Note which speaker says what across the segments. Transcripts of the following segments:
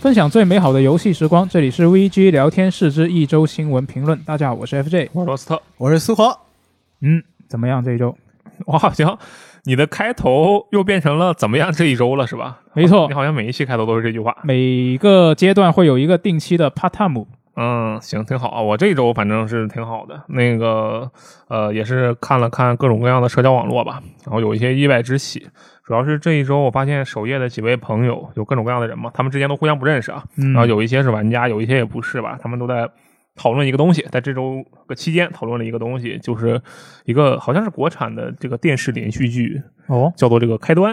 Speaker 1: 分享最美好的游戏时光，这里是 VG 聊天室之一周新闻评论。大家好，我是 FJ。
Speaker 2: 我是罗斯特。
Speaker 3: 我是苏豪，
Speaker 1: 嗯，怎么样这一周？
Speaker 2: 我好像你的开头又变成了怎么样这一周了是吧？
Speaker 1: 没错
Speaker 2: 你好像每一期开头都是这句话。
Speaker 1: 每个阶段会有一个定期的 part time。
Speaker 2: 嗯，行，挺好啊。我这一周反正是挺好的，那个呃，也是看了看各种各样的社交网络吧，然后有一些意外之喜。主要是这一周我发现首页的几位朋友有各种各样的人嘛，他们之间都互相不认识啊。
Speaker 1: 嗯
Speaker 2: 然后有一些是玩家，有一些也不是吧，他们都在讨论一个东西，在这周个期间讨论了一个东西，就是一个好像是国产的这个电视连续剧，
Speaker 1: 哦，
Speaker 2: 叫做这个开端，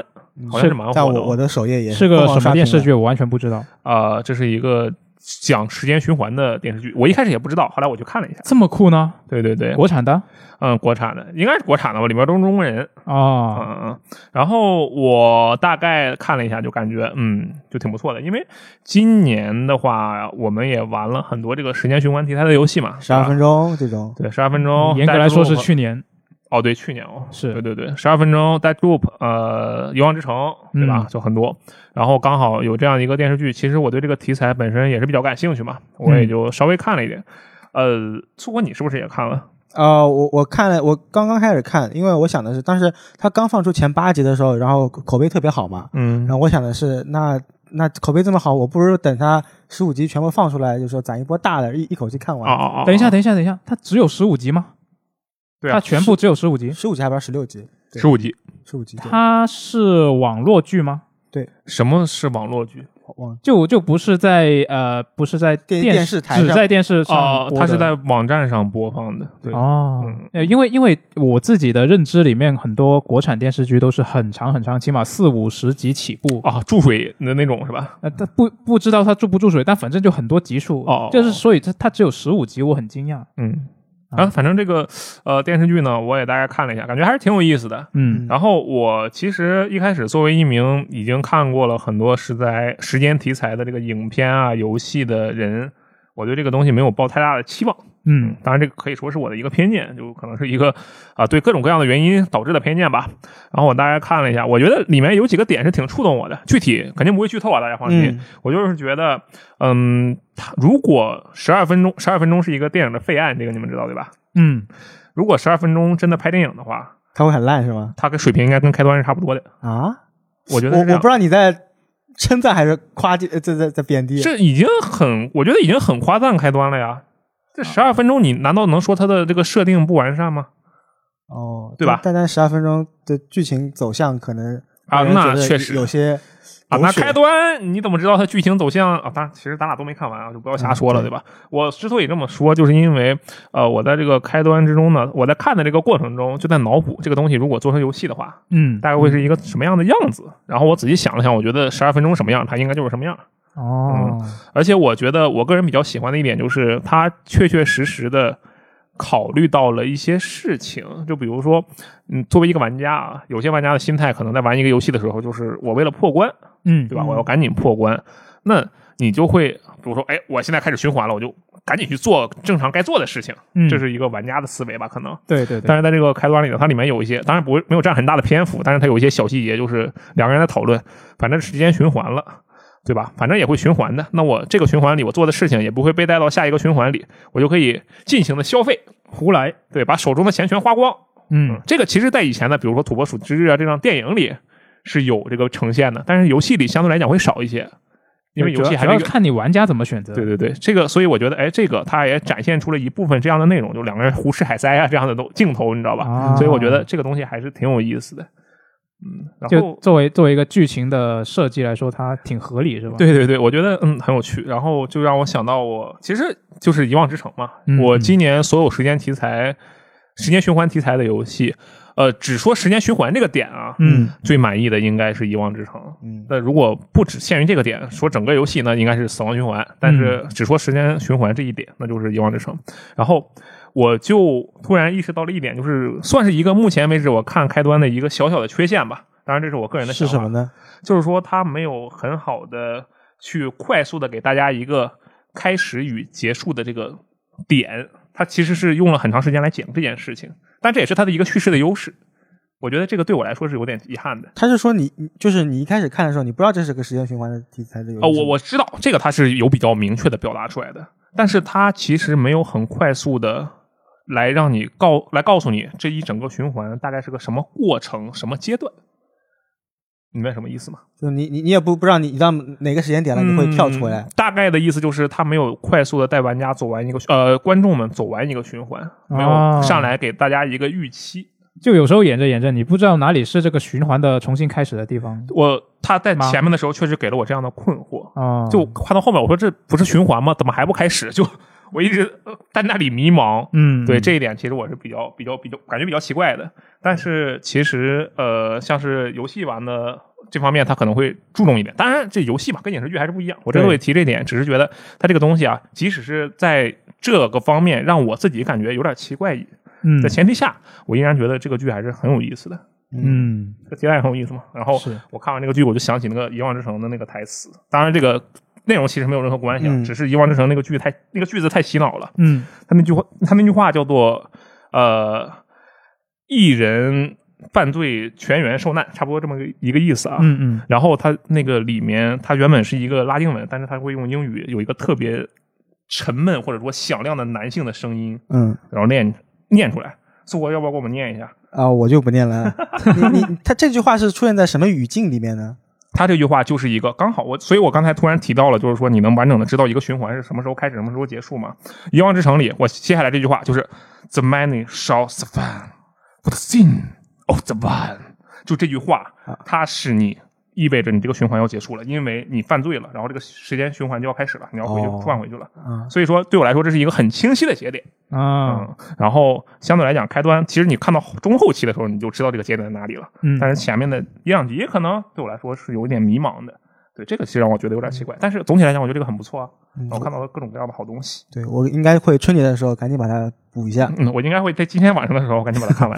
Speaker 2: 好像
Speaker 1: 是
Speaker 2: 是蛮火的
Speaker 3: 在
Speaker 2: 哦。
Speaker 3: 我我的首页也
Speaker 1: 是个
Speaker 3: 疯狂
Speaker 1: 什么
Speaker 3: 刷啊
Speaker 1: 电
Speaker 3: 屏
Speaker 1: 视
Speaker 3: 了？
Speaker 1: 剧？我完全不知道。
Speaker 2: 啊、这是一个讲时间循环的电视剧。我一开始也不知道，后来我去看了一下。
Speaker 1: 这么酷呢？
Speaker 2: 对对对，
Speaker 1: 国产的
Speaker 2: 嗯，国产的应该是国产的吧，里面都是中国人。嗯
Speaker 1: 啊？
Speaker 2: 嗯嗯。然后我大概看了一下，就感觉嗯，就挺不错的。因为今年的话，我们也玩了很多这个时间循环题材的游戏嘛，
Speaker 3: 十二分
Speaker 2: 钟。
Speaker 3: 钟这种，
Speaker 2: 对，十二分钟。
Speaker 1: 嗯严格来说是
Speaker 2: Deathloop
Speaker 1: 去年。
Speaker 2: 哦，对，去年哦，
Speaker 1: 是
Speaker 2: 对对对，十二分钟 Dead Loop，呃，遗忘之城，对吧？
Speaker 1: 嗯
Speaker 2: 就很多。然后刚好有这样一个电视剧，其实我对这个题材本身也是比较感兴趣嘛，我也
Speaker 1: 嗯
Speaker 2: 就稍微看了一点。呃，苏果，你是不是也看了？
Speaker 3: 呃，我我看了，我刚刚开始看，因为我想的是，当时它刚放出前八集的时候，然后口碑特别好嘛，
Speaker 2: 嗯
Speaker 3: 然后我想的是，那那口碑这么好，我不如等它十五集全部放出来，就说攒一波大的，一一口气看
Speaker 2: 哦
Speaker 3: 完。
Speaker 2: 哦哦，
Speaker 1: 等一下，，等一下，等一下，它只有十五集吗？
Speaker 2: 对啊
Speaker 1: 它全部只有十五集。
Speaker 3: 十五集还不是十六集？
Speaker 2: 十五集，
Speaker 3: 十五集。对
Speaker 1: 它是网络剧吗？
Speaker 2: 什么是网络剧？
Speaker 3: 忘了
Speaker 1: 就就不是在呃，不是在
Speaker 3: 电
Speaker 1: 电
Speaker 3: 电视台
Speaker 1: 只
Speaker 3: 上
Speaker 1: 在电视上
Speaker 2: 哦、
Speaker 1: 播的，
Speaker 2: 它是在网站上播放的，对，
Speaker 1: 哦
Speaker 2: 嗯，
Speaker 1: 呃因为因为我自己的认知里面，很多国产电视剧都是很长很长，起码四五十集起步。
Speaker 2: 啊，注水的那种是吧？
Speaker 1: 呃，但不不知道它注不注水，但反正就很多集数。
Speaker 2: 哦
Speaker 1: 就是所以它它只有十五集，我很惊讶。
Speaker 2: 嗯。
Speaker 1: 啊
Speaker 2: 啊，反正这个呃电视剧呢，我也大概看了一下，感觉还是挺有意思的。
Speaker 1: 嗯
Speaker 2: 然后我其实一开始作为一名已经看过了很多时在时间题材的这个影片啊、游戏的人，我对这个东西没有抱太大的期望。
Speaker 1: 嗯
Speaker 2: 当然，这个可以说是我的一个偏见，就可能是一个啊、对各种各样的原因导致的偏见吧。然后我大概看了一下，我觉得里面有几个点是挺触动我的，具体肯定不会剧透啊，大家放心。
Speaker 3: 嗯
Speaker 2: 我就是觉得，嗯，它如果十二分钟，十二分钟是一个电影的废案，这个你们知道对吧？
Speaker 1: 嗯，
Speaker 2: 如果十二分钟真的拍电影的话，
Speaker 3: 它会很烂是吗？
Speaker 2: 它跟水平应该跟开端是差不多的。
Speaker 3: 啊，
Speaker 2: 我觉
Speaker 3: 我
Speaker 2: 得
Speaker 3: 我
Speaker 2: 是这样
Speaker 3: 不知道你在称赞还是夸这，呃在在在贬低。
Speaker 2: 这已经很，我觉得已经很夸赞开端了呀。
Speaker 3: 啊
Speaker 2: 这十二分钟，你难道能说它的这个设定不完善吗？
Speaker 3: 哦，
Speaker 2: 对吧
Speaker 3: 单单十二分钟的剧情走向可能
Speaker 2: 啊
Speaker 3: 让人
Speaker 2: 那
Speaker 3: 觉得
Speaker 2: 确实
Speaker 3: 有些
Speaker 2: 啊，
Speaker 3: 狗
Speaker 2: 那
Speaker 3: 血
Speaker 2: 开端你怎么知道它剧情走向啊？当然，其实咱俩都没看完啊，就不要瞎说了，
Speaker 3: 嗯
Speaker 2: 对
Speaker 3: 对
Speaker 2: 吧？我之所以这么说，就是因为呃，我在这个开端之中呢，我在看的这个过程中，就在脑补这个东西如果做成游戏的话，
Speaker 1: 嗯，
Speaker 2: 大概会是一个什么样的样子。然后我仔细想了想，我觉得十二分钟什么样，它应该就是什么样。
Speaker 1: 哦，
Speaker 2: 而且我觉得我个人比较喜欢的一点就是，他确确实实的考虑到了一些事情，就比如说，嗯，作为一个玩家啊，有些玩家的心态可能在玩一个游戏的时候，就是我为了破关，
Speaker 1: 嗯
Speaker 2: 对吧？我要赶紧破关，那你就会比如说，哎，我现在开始循环了，我就赶紧去做正常该做的事情，
Speaker 1: 嗯，
Speaker 2: 这是一个玩家的思维吧？可能。
Speaker 1: 对对对，
Speaker 2: 但是在这个开端里呢，它里面有一些，当然不会没有占很大的篇幅，但是它有一些小细节，就是两个人在讨论，反正时间循环了，对吧？反正也会循环的。那我这个循环里我做的事情也不会被带到下一个循环里，我就可以尽情的消费，
Speaker 1: 胡来，
Speaker 2: 对，把手中的钱全花光。
Speaker 1: 嗯，
Speaker 2: 这个其实在以前的，比如说《土拨鼠之日》啊这样电影里是有这个呈现的，但是游戏里相对来讲会少一些，因为游戏还
Speaker 1: 主要
Speaker 2: 是一
Speaker 1: 主
Speaker 2: 个
Speaker 1: 要看你玩家怎么选择。
Speaker 2: 对对对，这个，所以我觉得，哎，这个它也展现出了一部分这样的内容，就两个人胡吃海塞啊这样的都镜头，你知道吧？
Speaker 1: 啊
Speaker 2: 所以我觉得这个东西还是挺有意思的。嗯，然
Speaker 1: 就
Speaker 2: 后
Speaker 1: 作为作为一个剧情的设计来说，它挺合理，是吧？，
Speaker 2: 对对对，我觉得嗯很有趣，然后就让我想到我其实就是《遗忘之城》嘛，
Speaker 1: 嗯
Speaker 2: 我今年所有时间题材、时间循环题材的游戏，呃，只说时间循环这个点啊，
Speaker 1: 嗯，
Speaker 2: 最满意的应该是《遗忘之城》。
Speaker 3: 嗯
Speaker 2: 那如果不只限于这个点，说整个游戏呢，应该是死亡循环，但是只说时间循环这一点，那就是遗忘之城。然后我就突然意识到了一点，就是算是一个目前为止我看开端的一个小小的缺陷吧。当然，这是我个人的
Speaker 3: 是
Speaker 2: 想法，
Speaker 3: 什么呢？
Speaker 2: 就是说它没有很好的去快速的给大家一个开始与结束的这个点，它其实是用了很长时间来讲这件事情，但这也是它的一个叙事的优势。我觉得这个对我来说是有点遗憾的。
Speaker 3: 他是说你，你就是你一开始看的时候，你不知道这是个时间循环的题材的游戏。
Speaker 2: 哦，我我知道这个它是有比较明确的表达出来的，但是它其实没有很快速的来让你告来告诉你这一整个循环大概是个什么过程、什么阶段，明白什么意思吗？
Speaker 3: 就你你你也不不知道你你到哪个时间点了，你会跳出来
Speaker 2: 嗯。大概的意思就是，他没有快速的带玩家走完一个呃观众们走完一个循环，没有上来给大家一个预期。
Speaker 1: 就有时候演着演着，你不知道哪里是这个循环的重新开始的地方
Speaker 2: 我他在前面的时候确实给了我这样的困惑，
Speaker 1: 啊。
Speaker 2: 就看到后面我说这不是循环吗？怎么还不开始？就 我一直呃在那里迷茫。
Speaker 1: 嗯，
Speaker 2: 对这一点，其实我是比较比较比较感觉比较奇怪的。但是其实呃，像是游戏玩的这方面，它可能会注重一点。当然，这游戏嘛，跟影视剧还是不一样。我之所以提这点，只是觉得它这个东西啊，即使是在这个方面让我自己感觉有点奇怪，
Speaker 1: 嗯
Speaker 2: 的前提下，我依然觉得这个剧还是很有意思的。
Speaker 1: 嗯
Speaker 2: 这接待也很有意思嘛。然后
Speaker 1: 是
Speaker 2: 我看完这个剧，我就想起那个《遗忘之城》的那个台词。当然，这个内容其实没有任何关系啊，
Speaker 3: 嗯
Speaker 2: 只是《遗忘之城》那个剧太那个句子太洗脑了。
Speaker 1: 嗯
Speaker 2: 他那句话，他那句话叫做呃，一人犯罪，全员受难，差不多这么个一个意思啊。
Speaker 1: 嗯嗯
Speaker 2: 然后他那个里面，他原本是一个拉丁文，但是他会用英语有一个特别沉闷或者说响亮的男性的声音，
Speaker 3: 嗯
Speaker 2: 然后念念出来。苏国要不要给我们念一下？
Speaker 3: 啊，我就不念 了。你你他这句话是出现在什么语境里面呢？
Speaker 2: 他这句话就是一个刚好我，所以我刚才突然提到了，就是说你能完整的知道一个循环是什么时候开始，什么时候结束嘛？《遗忘之城》里，我接下来这句话就是 “The many shall survive, but the sin of the one”，就这句话，它是你意味着你这个循环要结束了，因为你犯罪了，然后这个时间循环就要开始了，你要回去
Speaker 3: 哦
Speaker 2: 换回去了。
Speaker 3: 啊，
Speaker 2: 所以说，对我来说，这是一个很清晰的节点。
Speaker 1: 啊
Speaker 2: 嗯，然后相对来讲，开端其实你看到中后期的时候，你就知道这个节点在哪里了。
Speaker 1: 嗯，
Speaker 2: 但是前面的一两集可能对我来说是有一点迷茫的。对，这个其实让我觉得有点奇
Speaker 1: 嗯
Speaker 2: 怪，但是总体来讲，我觉得这个很不错啊。
Speaker 3: 嗯
Speaker 2: 我看到了各种各样的好东西。
Speaker 3: 对我应该会春节的时候赶紧把它补一下。
Speaker 2: 嗯，我应该会在今天晚上的时候赶紧把它 看完。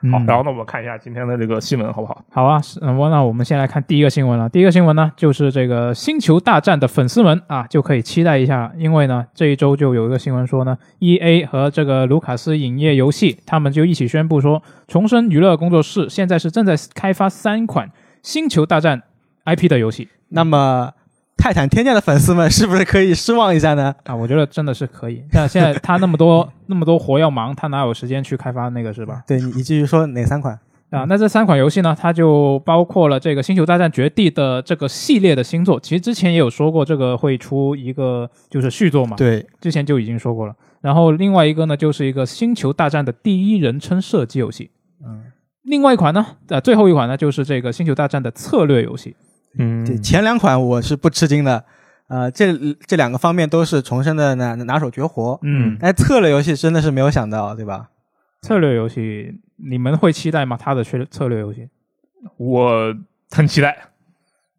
Speaker 1: 嗯
Speaker 2: 好，然后呢，我们看一下今天的这个新闻，好不好？
Speaker 1: 好啊，是嗯，我那我们先来看第一个新闻了。第一个新闻呢，就是这个《星球大战》的粉丝们啊，就可以期待一下，因为呢，这一周就有一个新闻说呢，E A 和这个卢卡斯影业游戏，他们就一起宣布说，重生娱乐工作室现在是正在开发三款《星球大战》IP 的游戏
Speaker 3: 那么泰坦天价的粉丝们是不是可以失望一下呢？
Speaker 1: 啊，我觉得真的是可以。但现在他那么多那么多活要忙，他哪有时间去开发那个是吧？
Speaker 3: 对你，你继续说哪三款？
Speaker 1: 啊，那这三款游戏呢，它就包括了这个《星球大战：绝地》的这个系列的新作。其实之前也有说过，这个会出一个就是续作嘛，
Speaker 3: 对，
Speaker 1: 之前就已经说过了。然后另外一个呢，就是一个《星球大战》的第一人称射击游戏。
Speaker 3: 嗯，
Speaker 1: 另外一款呢，呃，最后一款呢，就是这个《星球大战》的策略游戏。
Speaker 2: 嗯
Speaker 3: 对，前两款我是不吃惊的，呃，这这两个方面都是重生的拿拿手绝活。
Speaker 2: 嗯
Speaker 3: 哎，策略游戏真的是没有想到，对吧？
Speaker 1: 策略游戏，你们会期待吗？它的策策略游戏？
Speaker 2: 我很期待，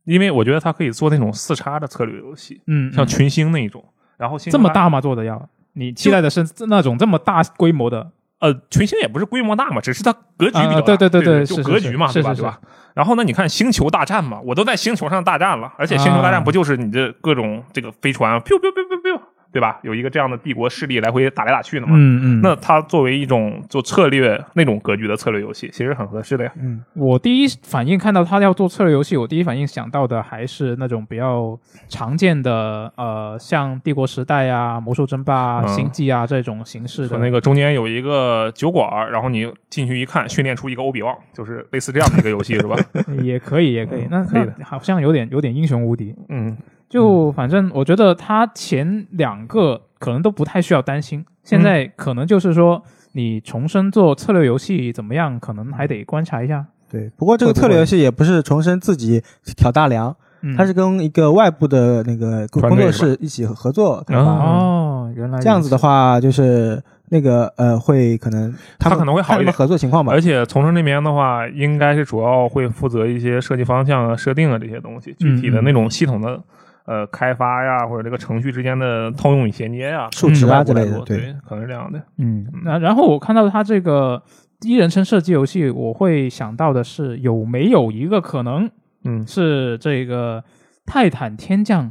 Speaker 2: 因为我觉得它可以做那种四叉的策略游戏，
Speaker 1: 嗯，
Speaker 2: 像群星那一种。然后星
Speaker 1: 这么
Speaker 2: 球
Speaker 1: 大吗？做的要？你期待的是那种这么大规模的？
Speaker 2: 呃，群星也不是规模大嘛，只是它格局比较大，
Speaker 1: 啊对对对
Speaker 2: 对
Speaker 1: 对是
Speaker 2: 就是格
Speaker 1: 是
Speaker 2: 局嘛，
Speaker 1: 是
Speaker 2: 对吧？
Speaker 1: 是
Speaker 2: 对吧？然后呢，你看星球大战嘛，我都在星球上大战了，而且星球大
Speaker 1: 啊
Speaker 2: 战不就是你这各种这个飞船，biu biu biu biu biu，对吧？有一个这样的帝国势力来回打来打去的嘛。
Speaker 1: 嗯嗯
Speaker 2: 那它作为一种做策略那种格局的策略游戏，其实很合适的呀。
Speaker 3: 嗯，
Speaker 1: 我第一反应看到他要做策略游戏，我第一反应想到的还是那种比较常见的，呃，像《帝国时代》啊、《魔兽争霸》啊、
Speaker 2: 嗯
Speaker 1: 星际》啊这种形式的
Speaker 2: 说。那个中间有一个酒馆，然后你进去一看，训练出一个欧比旺，就是类似这样的一个游戏，是 吧？
Speaker 1: 也可以，也可以。那
Speaker 2: 可以的
Speaker 1: 那好像有点有点英雄无敌。
Speaker 2: 嗯，
Speaker 1: 就反正我觉得他前两个可能都不太需要担心，现在
Speaker 2: 嗯
Speaker 1: 可能就是说你重生做策略游戏怎么样，可能还得观察一下。
Speaker 3: 对。不过这个
Speaker 1: 会不会
Speaker 3: 策略游戏也不是重生自己挑大梁，
Speaker 1: 嗯，
Speaker 3: 它是跟一个外部的那个工
Speaker 2: 团队
Speaker 3: 作
Speaker 2: 是吧
Speaker 3: 室一起合作开
Speaker 2: 啊
Speaker 3: 发。嗯
Speaker 1: 哦，原来如此
Speaker 3: 这样子的，话，就是那个呃，会可能
Speaker 2: 它
Speaker 3: 他们
Speaker 2: 可能会好
Speaker 3: 看他
Speaker 2: 一
Speaker 3: 们
Speaker 2: 点
Speaker 3: 合作情况吧
Speaker 2: 而。且从生这边的话，应该是主要会负责一些设计方向啊、设定啊这些东西，具体的那种系统
Speaker 3: 嗯
Speaker 2: 的呃开发呀，或者这个程序之间的套用与衔接呀、
Speaker 3: 数值啊
Speaker 2: 嗯
Speaker 3: 之类的
Speaker 2: 外部来说
Speaker 3: 对
Speaker 2: 对，可能是这样的。
Speaker 1: 嗯，那然后我看到他这个第一人称射击游戏，我会想到的是有没有一个可能
Speaker 2: 嗯，
Speaker 1: 是这个《泰坦天降》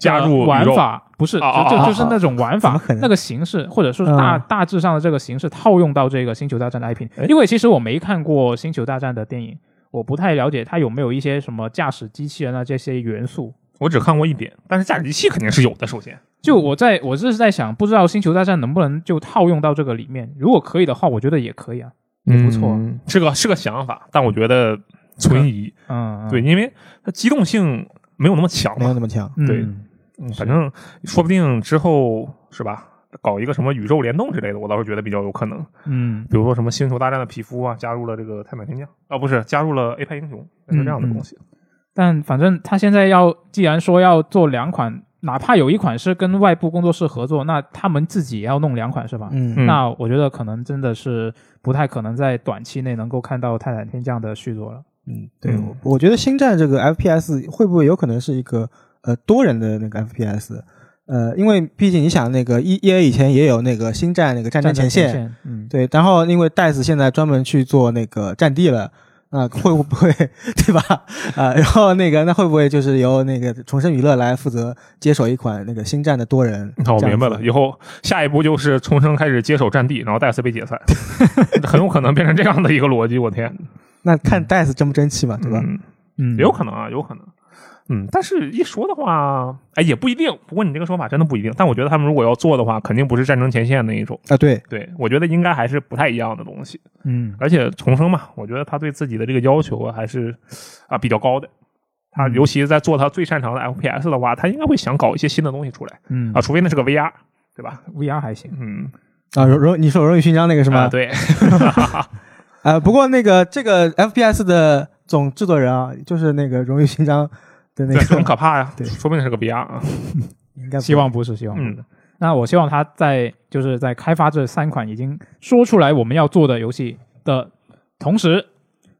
Speaker 2: 加
Speaker 3: 呃
Speaker 2: 入宇宙
Speaker 1: 玩法，不是，
Speaker 2: 啊啊
Speaker 1: 就
Speaker 2: 啊
Speaker 1: 就
Speaker 2: 啊
Speaker 1: 就是那种玩
Speaker 3: 怎
Speaker 1: 法
Speaker 3: 么可，能
Speaker 1: 那个形式，或者说是大
Speaker 3: 嗯
Speaker 1: 大致上的这个形式套用到这个《星球大战》的 IP，
Speaker 2: 哎
Speaker 1: 因为其实我没看过《星球大战》的电影，我不太了解它有没有一些什么驾驶机器人啊这些元素。
Speaker 2: 我只看过一点，但是驾驶机器肯定是有的。首先，
Speaker 1: 就我在我这是在想，不知道《星球大战》能不能就套用到这个里面，如果可以的话，我觉得也可以啊。不错
Speaker 2: 嗯，是个是个想法，但我觉得存疑。
Speaker 1: 嗯，嗯
Speaker 2: 对，，因为它机动性没有那么强
Speaker 3: 没有
Speaker 2: 嘛。
Speaker 3: 那么强。
Speaker 1: 嗯
Speaker 2: 对嗯反正说不定之后是吧，搞一个什么宇宙联动之类的，我倒是觉得比较有可能。
Speaker 1: 嗯
Speaker 2: 比如说什么《星球大战》的皮肤啊，加入了这个泰坦天降啊，不是加入了 A 派英雄，类似这样的东西。
Speaker 1: 但反正他现在要，既然说要做两款，哪怕有一款是跟外部工作室合作，那他们自己也要弄两款是吧？
Speaker 3: 嗯，
Speaker 2: 嗯
Speaker 1: 那我觉得可能真的是不太可能在短期内能够看到《泰坦天降》的续作了。
Speaker 3: 嗯，对，
Speaker 2: 嗯
Speaker 3: 我我觉得《星战》这个 FPS 会不会有可能是一个呃多人的那个 FPS？呃，因为毕竟你想，那个 E E A 以前也有那个《星战》那个战争前线，
Speaker 1: 线，嗯，
Speaker 3: 对，然后因为戴斯现在专门去做那个战地了。那会不会 对吧？啊、然后那个，那会不会就是由那个重生娱乐来负责接手一款那个星战的多人？
Speaker 2: 哦那我
Speaker 3: 这
Speaker 2: 明
Speaker 3: 样
Speaker 2: 白
Speaker 3: 子
Speaker 2: 了，以后下一步就是重生开始接手战地，然后戴斯被 解散， 很有可能变成这样的一个逻辑。我天，
Speaker 3: 嗯那看戴斯争不争气嘛，对吧？
Speaker 2: 嗯
Speaker 1: 嗯，
Speaker 2: 也有可能啊，有可能。嗯，但是一说的话，哎，也不一定。不过你这个说法真的不一定。但我觉得他们如果要做的话，肯定不是战争前线那一种。
Speaker 3: 啊，对，
Speaker 2: 对我觉得应该还是不太一样的东西。
Speaker 1: 嗯，
Speaker 2: 而且重生嘛，我觉得他对自己的这个要求啊，还是啊比较高的。
Speaker 1: 啊
Speaker 2: 他啊尤其在做他最擅长的 FPS 的话，他应该会想搞一些新的东西出来
Speaker 1: 嗯
Speaker 2: 啊，除非那是个 VR，对吧？
Speaker 1: ，VR 还行，
Speaker 2: 嗯，
Speaker 3: 啊，荣荣，你说荣誉勋章那个是
Speaker 2: 啊
Speaker 3: 吗？
Speaker 2: 对，
Speaker 3: 呃，不过那个这个 FPS 的总制作人啊，就是那个荣誉勋章的那
Speaker 2: 对，这很
Speaker 3: 个，
Speaker 2: 可怕呀，
Speaker 3: 对
Speaker 2: 说不定是个 VR 啊。
Speaker 3: 应该不
Speaker 1: 希望不是，希望不是。
Speaker 2: 嗯
Speaker 1: 那我希望他在就是在开发这三款已经说出来我们要做的游戏的同时，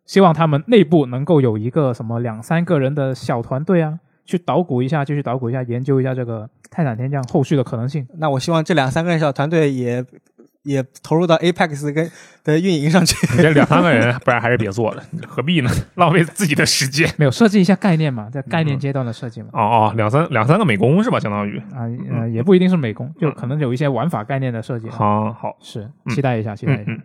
Speaker 1: 希望他们内部能够有一个什么两三个人的小团队啊，去捣鼓一下，继续捣鼓一下，研究一下这个《泰坦天降》后续的可能性。
Speaker 3: 那我希望这两三个人小团队也也投入到 Apex 跟的运营上去。
Speaker 2: 你这两三个人，不然还是别做了，何必呢？浪费自己的时间。
Speaker 1: 没有设计一下概念嘛，在概念阶段的设计嘛。
Speaker 2: 哦哦，两三两三个美工是吧？相当于，
Speaker 1: 啊，呃，也不一定是美工，就可能有一些玩法概念的设计。，
Speaker 2: 嗯好好，
Speaker 1: 是
Speaker 2: 嗯
Speaker 1: 期待一下，期待
Speaker 2: 嗯
Speaker 1: 一下。
Speaker 2: 嗯，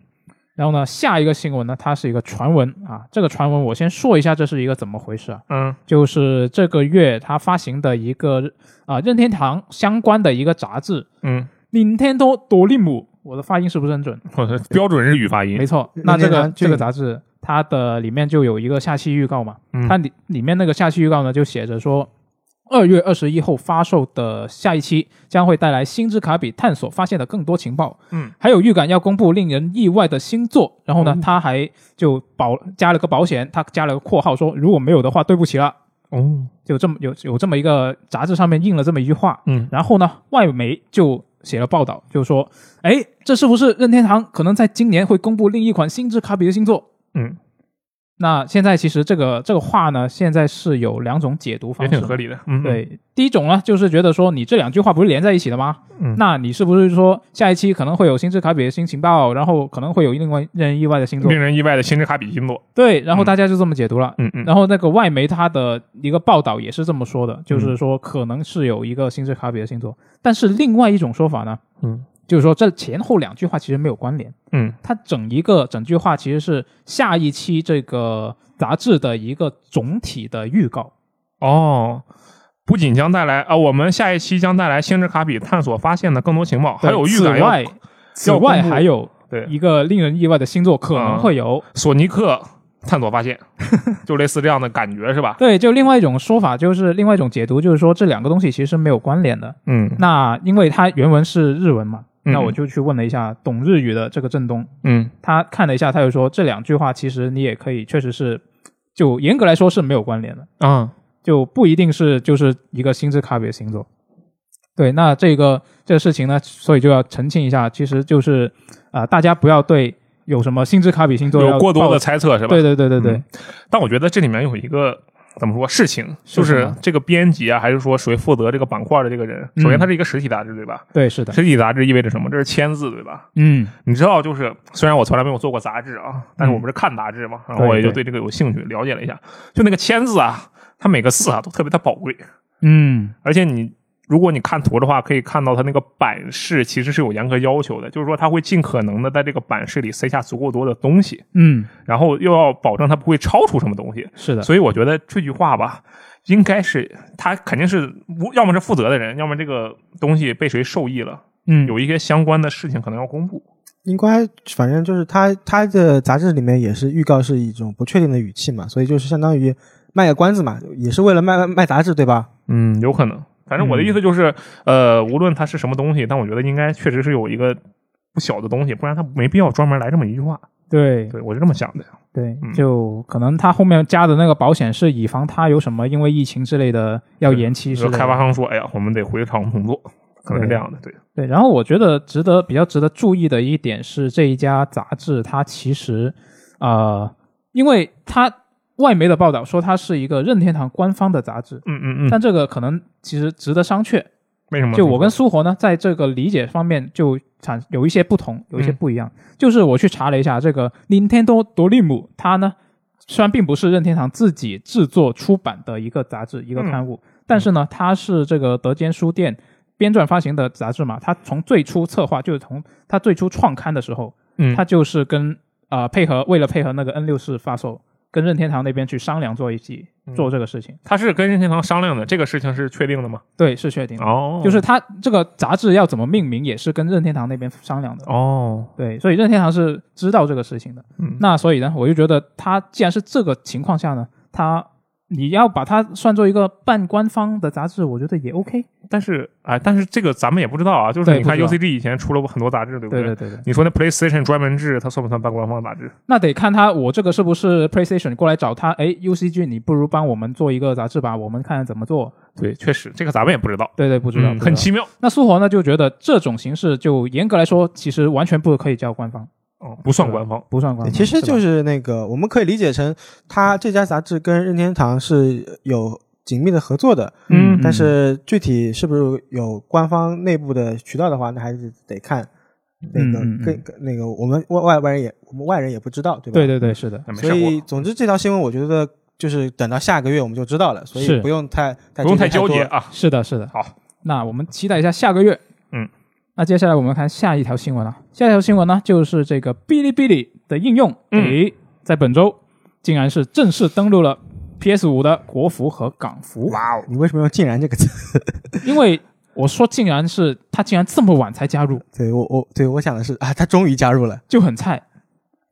Speaker 1: 然后呢，下一个新闻呢，它是一个传闻啊，这个传闻我先说一下这是一个怎么回事啊，
Speaker 2: 嗯
Speaker 1: 就是这个月它发行的一个啊任天堂相关的一个杂志
Speaker 2: 嗯，
Speaker 1: 《Nintendo Dolim》，我的发音是不是很准？
Speaker 2: 我的标准日语发音
Speaker 1: 没，错，
Speaker 3: 嗯任
Speaker 1: 那这
Speaker 3: 天
Speaker 1: 个
Speaker 3: 堂
Speaker 1: 这个
Speaker 3: 俊
Speaker 1: 杂志它的里面就有一个下期预告嘛，
Speaker 2: 嗯
Speaker 1: 它里里面那个下期预告呢就写着说，二月二十一后发售的下一期将会带来星之卡比探索发现的更多情报，
Speaker 2: 嗯，
Speaker 1: 还有预感要公布令人意外的新作，然后
Speaker 3: 嗯
Speaker 1: 呢，他还就保加了个保险，他加了个括号说如果没有的话对不起了，
Speaker 2: 哦，
Speaker 1: 就这么有有这么一个杂志上面印了这么一句话，
Speaker 2: 嗯
Speaker 1: 然后呢，外媒就写了报道，就说，哎，这是不是任天堂可能在今年会公布另一款星之卡比的新作？
Speaker 2: 嗯，
Speaker 1: 那现在其实这个这个话呢，现在是有两种解读
Speaker 2: 也
Speaker 1: 方式
Speaker 2: 挺，合理的，嗯，
Speaker 1: 对，第一种呢，就是觉得说你这两句话不是连在一起的吗？
Speaker 2: 嗯
Speaker 1: 那你是不是说下一期可能会有星之卡比的新情报，然后可能会有另外令人意外的新作？
Speaker 2: 令人意外的星之卡比星座，
Speaker 1: 对，然后
Speaker 2: 嗯
Speaker 1: 大家就这么解读了。
Speaker 2: 嗯嗯，嗯
Speaker 1: 然后那个外媒它的一个报道也是这么说的，就是说可能是有一个星之卡比的星座，但是另外一种说法呢，
Speaker 2: 嗯
Speaker 1: 就是说这前后两句话其实没有关联，
Speaker 2: 嗯
Speaker 1: 它整一个整句话其实是下一期这个杂志的一个总体的预告。
Speaker 2: 哦。不仅将带来啊，我们下一期将带来星之卡比探索发现的更多情报，还有预
Speaker 1: 此
Speaker 2: 感要
Speaker 1: 外，此外还有
Speaker 2: 对
Speaker 1: 一个令人意外的星座可能会有。
Speaker 2: 索尼克探索 发现，就类似这样的感觉是吧？
Speaker 1: 对，就另外一种说法，就是另外一种解读，就是说这两个东西其实没有关联的。
Speaker 2: 嗯
Speaker 1: 那因为它原文是日文嘛，
Speaker 2: 嗯
Speaker 1: 那我就去问了一下懂日语的这个振东，
Speaker 2: 嗯
Speaker 1: 他看了一下，他就说这两句话其实你也可以，确实是，就严格来说是没有关联的，
Speaker 2: 啊
Speaker 1: 就不一定是就是一个心之卡比的星座。对，那这个这个事情呢，所以就要澄清一下，其实就是啊、呃大家不要对有什么心之卡比星座
Speaker 2: 有过多的
Speaker 1: 的
Speaker 2: 猜测是吧？
Speaker 1: 对对对对对，
Speaker 2: 嗯但我觉得这里面有一个怎么说事情，就是是
Speaker 1: 什么
Speaker 2: 这个编辑啊，还是说谁负责这个板块的这个人，
Speaker 1: 嗯
Speaker 2: 首先它是一个实体杂志，对吧？
Speaker 1: 对是的，
Speaker 2: 实体杂志意味着什么？这是签字，对吧？
Speaker 1: 嗯
Speaker 2: 你知道，就是虽然我从来没有做过杂志啊，但是我不是看杂志嘛，然后我也
Speaker 1: 对
Speaker 2: 就对这个有兴趣，了解了一下。就那个签字啊，它每个字啊都特别的宝贵，
Speaker 1: 嗯
Speaker 2: 而且你如果你看图的话，可以看到它那个版式其实是有严格要求的，就是说它会尽可能的在这个版式里塞下足够多的东西，
Speaker 1: 嗯，
Speaker 2: 然后又要保证它不会超出什么东西。
Speaker 1: 是的，
Speaker 2: 所以我觉得这句话吧，应该是他肯定是要么是负责的人，要么这个东西被谁受益了，
Speaker 1: 嗯
Speaker 2: 有一些相关的事情可能要公布。
Speaker 3: 应该反正就是他他的杂志里面也是预告是一种不确定的语气嘛，所以就是相当于卖个关子嘛，也是为了卖卖卖杂志对吧？
Speaker 2: 嗯，有可能。反正我的
Speaker 1: 嗯
Speaker 2: 意思就是，呃，无论它是什么东西，但我觉得应该确实是有一个不小的东西，不然他没必要专门来这么一句话。
Speaker 1: 对
Speaker 2: 对我是这么想的。
Speaker 1: 对
Speaker 2: 嗯，
Speaker 1: 就可能他后面加的那个保险是以防他有什么因为疫情之类的要延期
Speaker 2: 你
Speaker 1: 是
Speaker 2: 说开发商说：“哎呀，我们得回厂重做。”可能是这样的，对，
Speaker 1: 对，然后我觉得值得比较值得注意的一点是，这一家杂志它其实，呃，因为它外媒的报道说它是一个任天堂官方的杂志，
Speaker 2: 嗯嗯嗯，
Speaker 1: 但这个可能其实值得商榷。
Speaker 2: 为什么？
Speaker 1: 就我跟苏活呢，在这个理解方面就产有一些不同，有一些
Speaker 2: 嗯
Speaker 1: 不一样。就是我去查了一下，这个 Nintendo Dolim，它呢虽然并不是任天堂自己制作出版的一个杂志、一个
Speaker 2: 嗯
Speaker 1: 刊物，但是呢，它是这个德间书店编撰发行的杂志嘛。它从最初策划，就是从它最初创刊的时候，
Speaker 2: 嗯
Speaker 1: 它就是跟啊、呃配合，为了配合那个 N 六四发售，跟任天堂那边去商量做一起
Speaker 2: 嗯
Speaker 1: 做这个事情。
Speaker 2: 他是跟任天堂商量的，这个事情是确定的吗？
Speaker 1: 对，是确定的。
Speaker 2: 哦，
Speaker 1: 嗯就是它这个杂志要怎么命名，也是跟任天堂那边商量的。
Speaker 2: 哦，
Speaker 1: 对，所以任天堂是知道这个事情的。
Speaker 2: 嗯
Speaker 1: 那所以呢，我就觉得它既然是这个情况下呢，它你要把它算作一个半官方的杂志，我觉得也 OK。
Speaker 2: 但是哎、但是这个咱们也不知道啊。就是
Speaker 1: 对
Speaker 2: 你看
Speaker 1: 不知道
Speaker 2: UCG 以前出了很多杂志，对不
Speaker 1: 对对对对，
Speaker 2: 你说那 PlayStation 专门制，它算不算半官方杂志？
Speaker 1: 那得看他我这个是不是 PlayStation 过来找他，哎，UCG 你不如帮我们做一个杂志吧，我们看怎么做。
Speaker 2: 对，确实这个咱们也不知道，
Speaker 1: 对对，不知道，不
Speaker 2: 嗯
Speaker 1: 知道
Speaker 2: 很奇妙。
Speaker 1: 那苏活呢就觉得这种形式就严格来说，其实完全不可以叫官方，
Speaker 2: 哦，不算官方。
Speaker 1: 不算官
Speaker 3: 对
Speaker 1: 方。
Speaker 3: 其实嗯就是是那个我们可以理解成他这家杂志跟任天堂是有紧密的合作的，
Speaker 1: 吧嗯，
Speaker 3: 但是具体是不是有官方内部的渠道的话，那还是得看那个
Speaker 1: 嗯嗯嗯
Speaker 3: 跟跟那个我们外外外人也我们外人也不知道，对吧？
Speaker 1: 嗯对对对，是的。
Speaker 2: 那没事
Speaker 3: 所
Speaker 2: 儿，
Speaker 3: 以
Speaker 2: 我
Speaker 3: 总之这条新闻我觉得就是等到下个月我们就知道了，所以
Speaker 1: 是
Speaker 3: 不用太太
Speaker 2: 不用太
Speaker 3: 纠
Speaker 2: 纠
Speaker 3: 结
Speaker 2: 结
Speaker 3: 多。
Speaker 2: 啊。
Speaker 1: 是的，是的。
Speaker 2: 好，
Speaker 1: 那我们期待一下下个月。
Speaker 2: 嗯，
Speaker 1: 那接下来我们看下一条新闻了。下一条新闻呢，就是这个哔哩哔哩的应用，
Speaker 2: 嗯
Speaker 1: 诶，在本周竟然是正式登陆了 PS 五的国服和港服。
Speaker 3: 哇哦，你为什么用“竟然”这个词？
Speaker 1: 因为我说竟然是它竟然这么晚才加入，
Speaker 3: 对我我对我想的是啊，他终于加入了，
Speaker 1: 就很菜，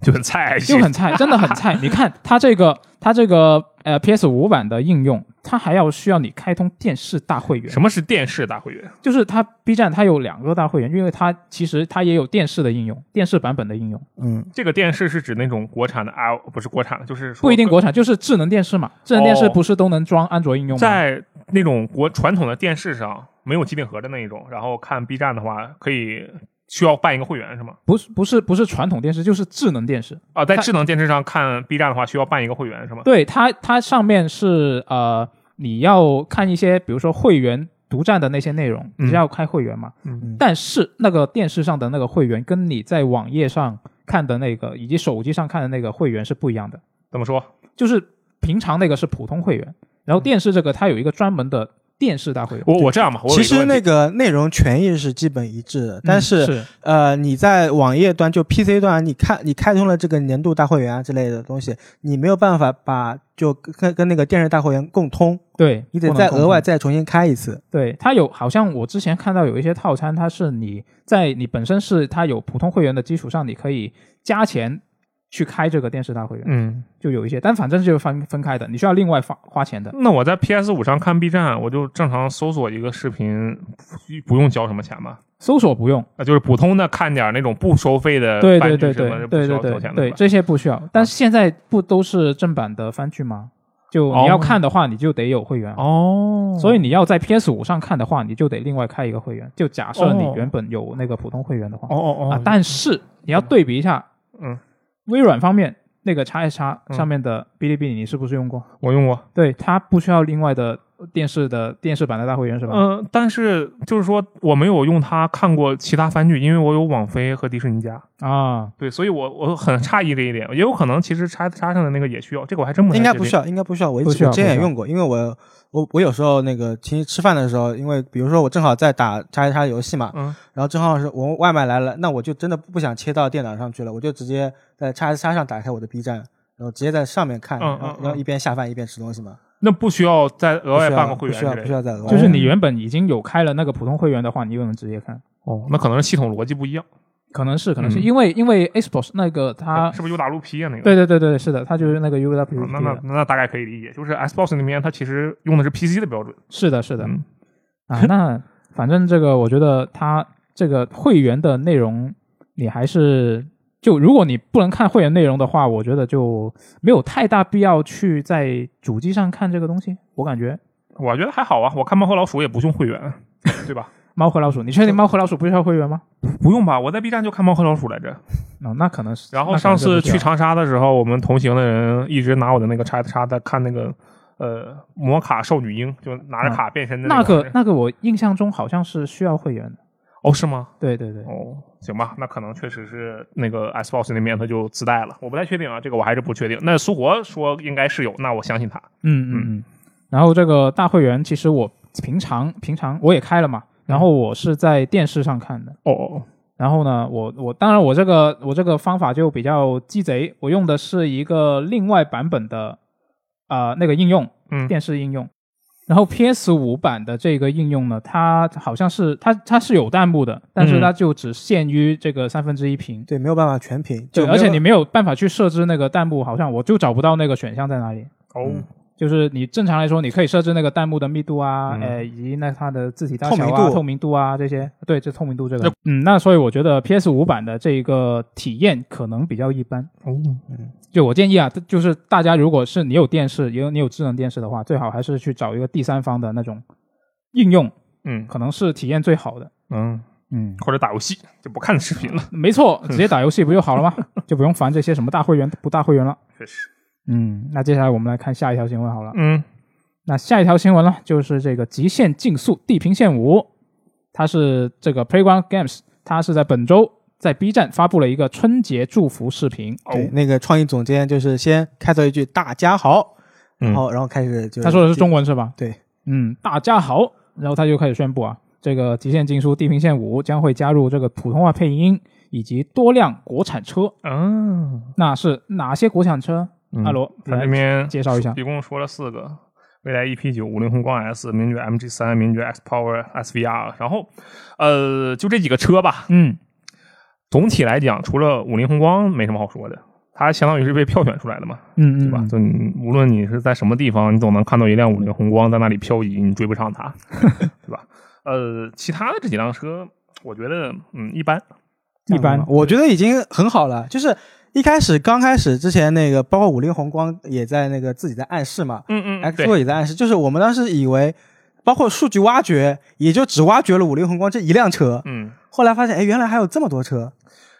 Speaker 2: 就很菜，
Speaker 1: 就很菜，真的很 菜。你看它这个它这个呃 PS 五版的应用，它还要需要你开通电视大会员。
Speaker 2: 什么是电视大会员？
Speaker 1: 就是它 B 站它有两个大会员，因为它其实它也有电视的应用，电视版本的应用，
Speaker 3: 嗯，
Speaker 2: 这个电视是指那种国产的啊，不是国产的，就是说
Speaker 1: 不一定国产，就是智能电视嘛。智能电视不是都能装安卓应用吗？
Speaker 2: 哦在那种国传统的电视上没有机顶盒的那一种，然后看 B 站的话，可以需要办一个会员是吗？
Speaker 1: 不是不是不是传统电视，就是智能电视。
Speaker 2: 啊，在
Speaker 1: 它
Speaker 2: 智能电视上看 B 站的话，需要办一个会员是吗？
Speaker 1: 对它它上面是呃，你要看一些比如说会员独占的那些内容，
Speaker 2: 嗯
Speaker 1: 你是要开会员嘛。
Speaker 2: 嗯
Speaker 1: 但是那个电视上的那个会员，跟你在网页上看的那个以及手机上看的那个会员是不一样的。
Speaker 2: 怎么说？
Speaker 1: 就是平常那个是普通会员，然后电视这个它有一个专门的电视大会员。
Speaker 2: 我我这样吧，我有一
Speaker 3: 其
Speaker 2: 个
Speaker 3: 实
Speaker 2: 问题
Speaker 3: 那个内容权益是基本一致的，但
Speaker 1: 嗯是,、
Speaker 3: 是呃，你在网页端就 PC 端，你看你开通了这个年度大会员啊之类的东西，你没有办法把就跟跟那个电视大会员共通，
Speaker 1: 对
Speaker 3: 你得
Speaker 1: 不能
Speaker 3: 再
Speaker 1: 共
Speaker 3: 额外
Speaker 1: 同
Speaker 3: 再重新开一次。
Speaker 1: 对它有，好像我之前看到有一些套餐，它是你在你本身是它有普通会员的基础上，你可以加钱去开这个电视大会员，
Speaker 2: 嗯，
Speaker 1: 就有一些，但反正就是分分开的，你需要另外花花钱的。
Speaker 2: 那我在 PS 五上看 B 站，我就正常搜索一个视频，不不用交什么钱吧？
Speaker 1: 搜索不用，
Speaker 2: 啊，就是普通的看点儿那种不收费的
Speaker 1: 对
Speaker 2: 番
Speaker 1: 对
Speaker 2: 剧
Speaker 1: 对
Speaker 2: 什
Speaker 1: 对
Speaker 2: 么
Speaker 1: 对
Speaker 2: 的，不需
Speaker 1: 对
Speaker 2: 要交
Speaker 1: 对
Speaker 2: 钱的
Speaker 1: 对，
Speaker 2: 吧？啊
Speaker 1: 这些不需要。但是现在不都是正版的番剧吗？就你要
Speaker 2: 哦
Speaker 1: 看的话，你就得有会员啊。
Speaker 2: 哦
Speaker 1: 所以你要在 PS 五上看的话，你就得另外开一个会员。就假设你
Speaker 2: 哦
Speaker 1: 原本有那个普通会员的话，
Speaker 2: 哦哦哦，
Speaker 1: 啊，但是你要对比一下，
Speaker 2: 嗯，
Speaker 1: 微软方面那个 x S x
Speaker 2: 嗯
Speaker 1: 上面的哔哩哔哩，你是不是用过？
Speaker 2: 我用过，
Speaker 1: 对，它不需要另外的电视的电视版的大会员是吧？
Speaker 2: 嗯、但是就是说我没有用它看过其他番剧，因为我有网飞和迪士尼家，
Speaker 1: 啊，
Speaker 2: 对，所以我我很诧异这一点，也有可能其实叉叉上的那个也需要，这个我还真不太
Speaker 3: 应该
Speaker 2: 确
Speaker 3: 不
Speaker 2: 定
Speaker 3: 需要，应该不需要。我一
Speaker 1: 不需
Speaker 3: 直
Speaker 1: 要
Speaker 3: 我之前
Speaker 1: 不需要
Speaker 3: 也用过，因为我我我有时候那个请你吃饭的时候，因为比如说我正好在打叉一叉游戏嘛，
Speaker 2: 嗯，
Speaker 3: 然后正好是我外卖来了，那我就真的不想切到电脑上去了，我就直接在叉一叉上打开我的 B 站，然后直接在上面看，
Speaker 2: 嗯嗯
Speaker 3: 然后
Speaker 2: 嗯
Speaker 3: 然后一边下饭一边吃东西嘛，
Speaker 2: 那不需要再额
Speaker 3: 不
Speaker 2: 外
Speaker 3: 需
Speaker 2: 办个
Speaker 3: 要
Speaker 2: 会
Speaker 3: 不
Speaker 2: 员
Speaker 3: 需
Speaker 2: 之
Speaker 3: 要
Speaker 2: 类的
Speaker 3: 不需要再额外
Speaker 1: 就是你原本已经有开了那个普通会员的话，你就能直接看。
Speaker 2: 哦，那可能是系统逻辑不一样，
Speaker 1: 可能是，可能是、
Speaker 2: 嗯
Speaker 1: 因为因为 Xbox 那个它，
Speaker 2: 是不是有打路皮啊？那个，
Speaker 1: 对对对对，是的，它就是那个 UWP，、
Speaker 2: 嗯那那那大概可以理解，就是 Xbox 那边它其实用的是 PC 的标准，
Speaker 1: 是的，是的、
Speaker 2: 嗯
Speaker 1: 啊。那反正这个，我觉得它这个会员的内容，你还是就如果你不能看会员内容的话，我觉得就没有太大必要去在主机上看这个东西。我感觉
Speaker 2: 我觉得还好啊，我看猫和老鼠也不用会员，对吧？
Speaker 1: 猫和老鼠，你确定猫和老鼠不需要会员吗？
Speaker 2: 不用吧，我在 B 站就看猫和老鼠来着。
Speaker 1: 哦，那可能是。
Speaker 2: 然后
Speaker 1: 那可能
Speaker 2: 上
Speaker 1: 是
Speaker 2: 次
Speaker 1: 不需啊
Speaker 2: 去
Speaker 1: 要
Speaker 2: 长沙的时候，我们同行的人一直拿我的那个叉叉在看那个呃摩卡少女樱，就拿着卡变身的
Speaker 1: 那
Speaker 2: 个玩
Speaker 1: 个
Speaker 2: 意儿。
Speaker 1: 那个，我印象中好像是需要会员的。
Speaker 2: 哦，是吗？
Speaker 1: 对对对，
Speaker 2: 哦，行吧，那可能确实是那个 Xbox 那边它就自带了，我不太确定啊，这个我还是不确定。那苏活说应该是有，那我相信他。
Speaker 1: 嗯嗯嗯。然后这个大会员，其实我平常平常我也开了嘛，然后我是在电视上看的。
Speaker 2: 哦哦，
Speaker 1: 然后呢，我我当然我这个我这个方法就比较鸡贼，我用的是一个另外版本的啊、呃那个应用，
Speaker 2: 嗯
Speaker 1: 电视应用。然后 PS 五版的这个应用呢，它好像是它它是有弹幕的，但是
Speaker 2: 嗯
Speaker 1: 它就只限于这个三分之一屏。
Speaker 3: 对没有办法全屏，
Speaker 1: 对，
Speaker 3: 就没有
Speaker 1: 而且你没有办法去设置那个弹幕，好像我就找不到那个选项在哪里。
Speaker 2: 哦
Speaker 3: 嗯，
Speaker 1: 就是你正常来说，你可以设置那个弹幕的密度啊，
Speaker 2: 嗯
Speaker 1: 呃、以及那它的字体大小啊、
Speaker 3: 透
Speaker 1: 透
Speaker 3: 明
Speaker 1: 明
Speaker 3: 度
Speaker 1: 度啊这些。对，这透明度这个
Speaker 2: 那，
Speaker 1: 嗯，那所以我觉得 PS 五版的这个体验可能比较一般。
Speaker 2: 哦，
Speaker 1: 就我建议啊，就是大家如果是你有电视，也有你有智能电视的话，最好还是去找一个第三方的那种应用，
Speaker 2: 嗯
Speaker 1: 可能是体验最好的。
Speaker 2: 嗯，
Speaker 1: 嗯，
Speaker 2: 或者打游戏就不看视频了，
Speaker 1: 没错，直接打游戏不就好了吗？就不用烦这些什么大会员不大会员了。
Speaker 2: 确实。
Speaker 1: 嗯，那接下来我们来看下一条新闻好了。
Speaker 2: 嗯，
Speaker 1: 那下一条新闻呢，就是这个《极限竞速：地平线五》，它是这个 Playground Games，它是在本周在 B 站发布了一个春节祝福视频。
Speaker 2: 哦，
Speaker 3: 对那个创意总监就是先开头一句大家好，
Speaker 2: 嗯
Speaker 3: 然后然后开始就
Speaker 1: 他说的是中文是吧？
Speaker 3: 对，
Speaker 1: 嗯，大家好，然后他就开始宣布啊，这个《极限竞速：地平线五》将会加入这个普通话配音以及多辆国产车。
Speaker 2: 嗯，
Speaker 1: 那是哪些国产车？阿罗，
Speaker 2: 他这
Speaker 1: 来
Speaker 2: 边
Speaker 1: 介绍一下。
Speaker 2: 一共说了四个：未来 EP 九、五菱宏光 S、名爵 MG 三、名爵 X Power、SVR。然后，呃，就这几个车吧。
Speaker 1: 嗯，
Speaker 2: 总体来讲，除了五菱宏光没什么好说的，它相当于是被票选出来的嘛，
Speaker 1: 嗯
Speaker 2: 对吧？就你无论你是在什么地方，你总能看到一辆五菱宏光在那里漂移，你追不上它，对吧？呃，其他的这几辆车，我觉得嗯一般。
Speaker 1: 一般
Speaker 3: 这样子吗我觉得已经很好了。就是一开始刚开始之前那个，包括五菱宏光也在那个自己在暗示嘛
Speaker 2: 嗯嗯，
Speaker 3: ，X
Speaker 2: 对
Speaker 3: o 也在暗示，就是我们当时以为。包括数据挖掘，也就只挖掘了五菱宏光这一辆车。
Speaker 2: 嗯。
Speaker 3: 后来发现，哎，原来还有这么多车。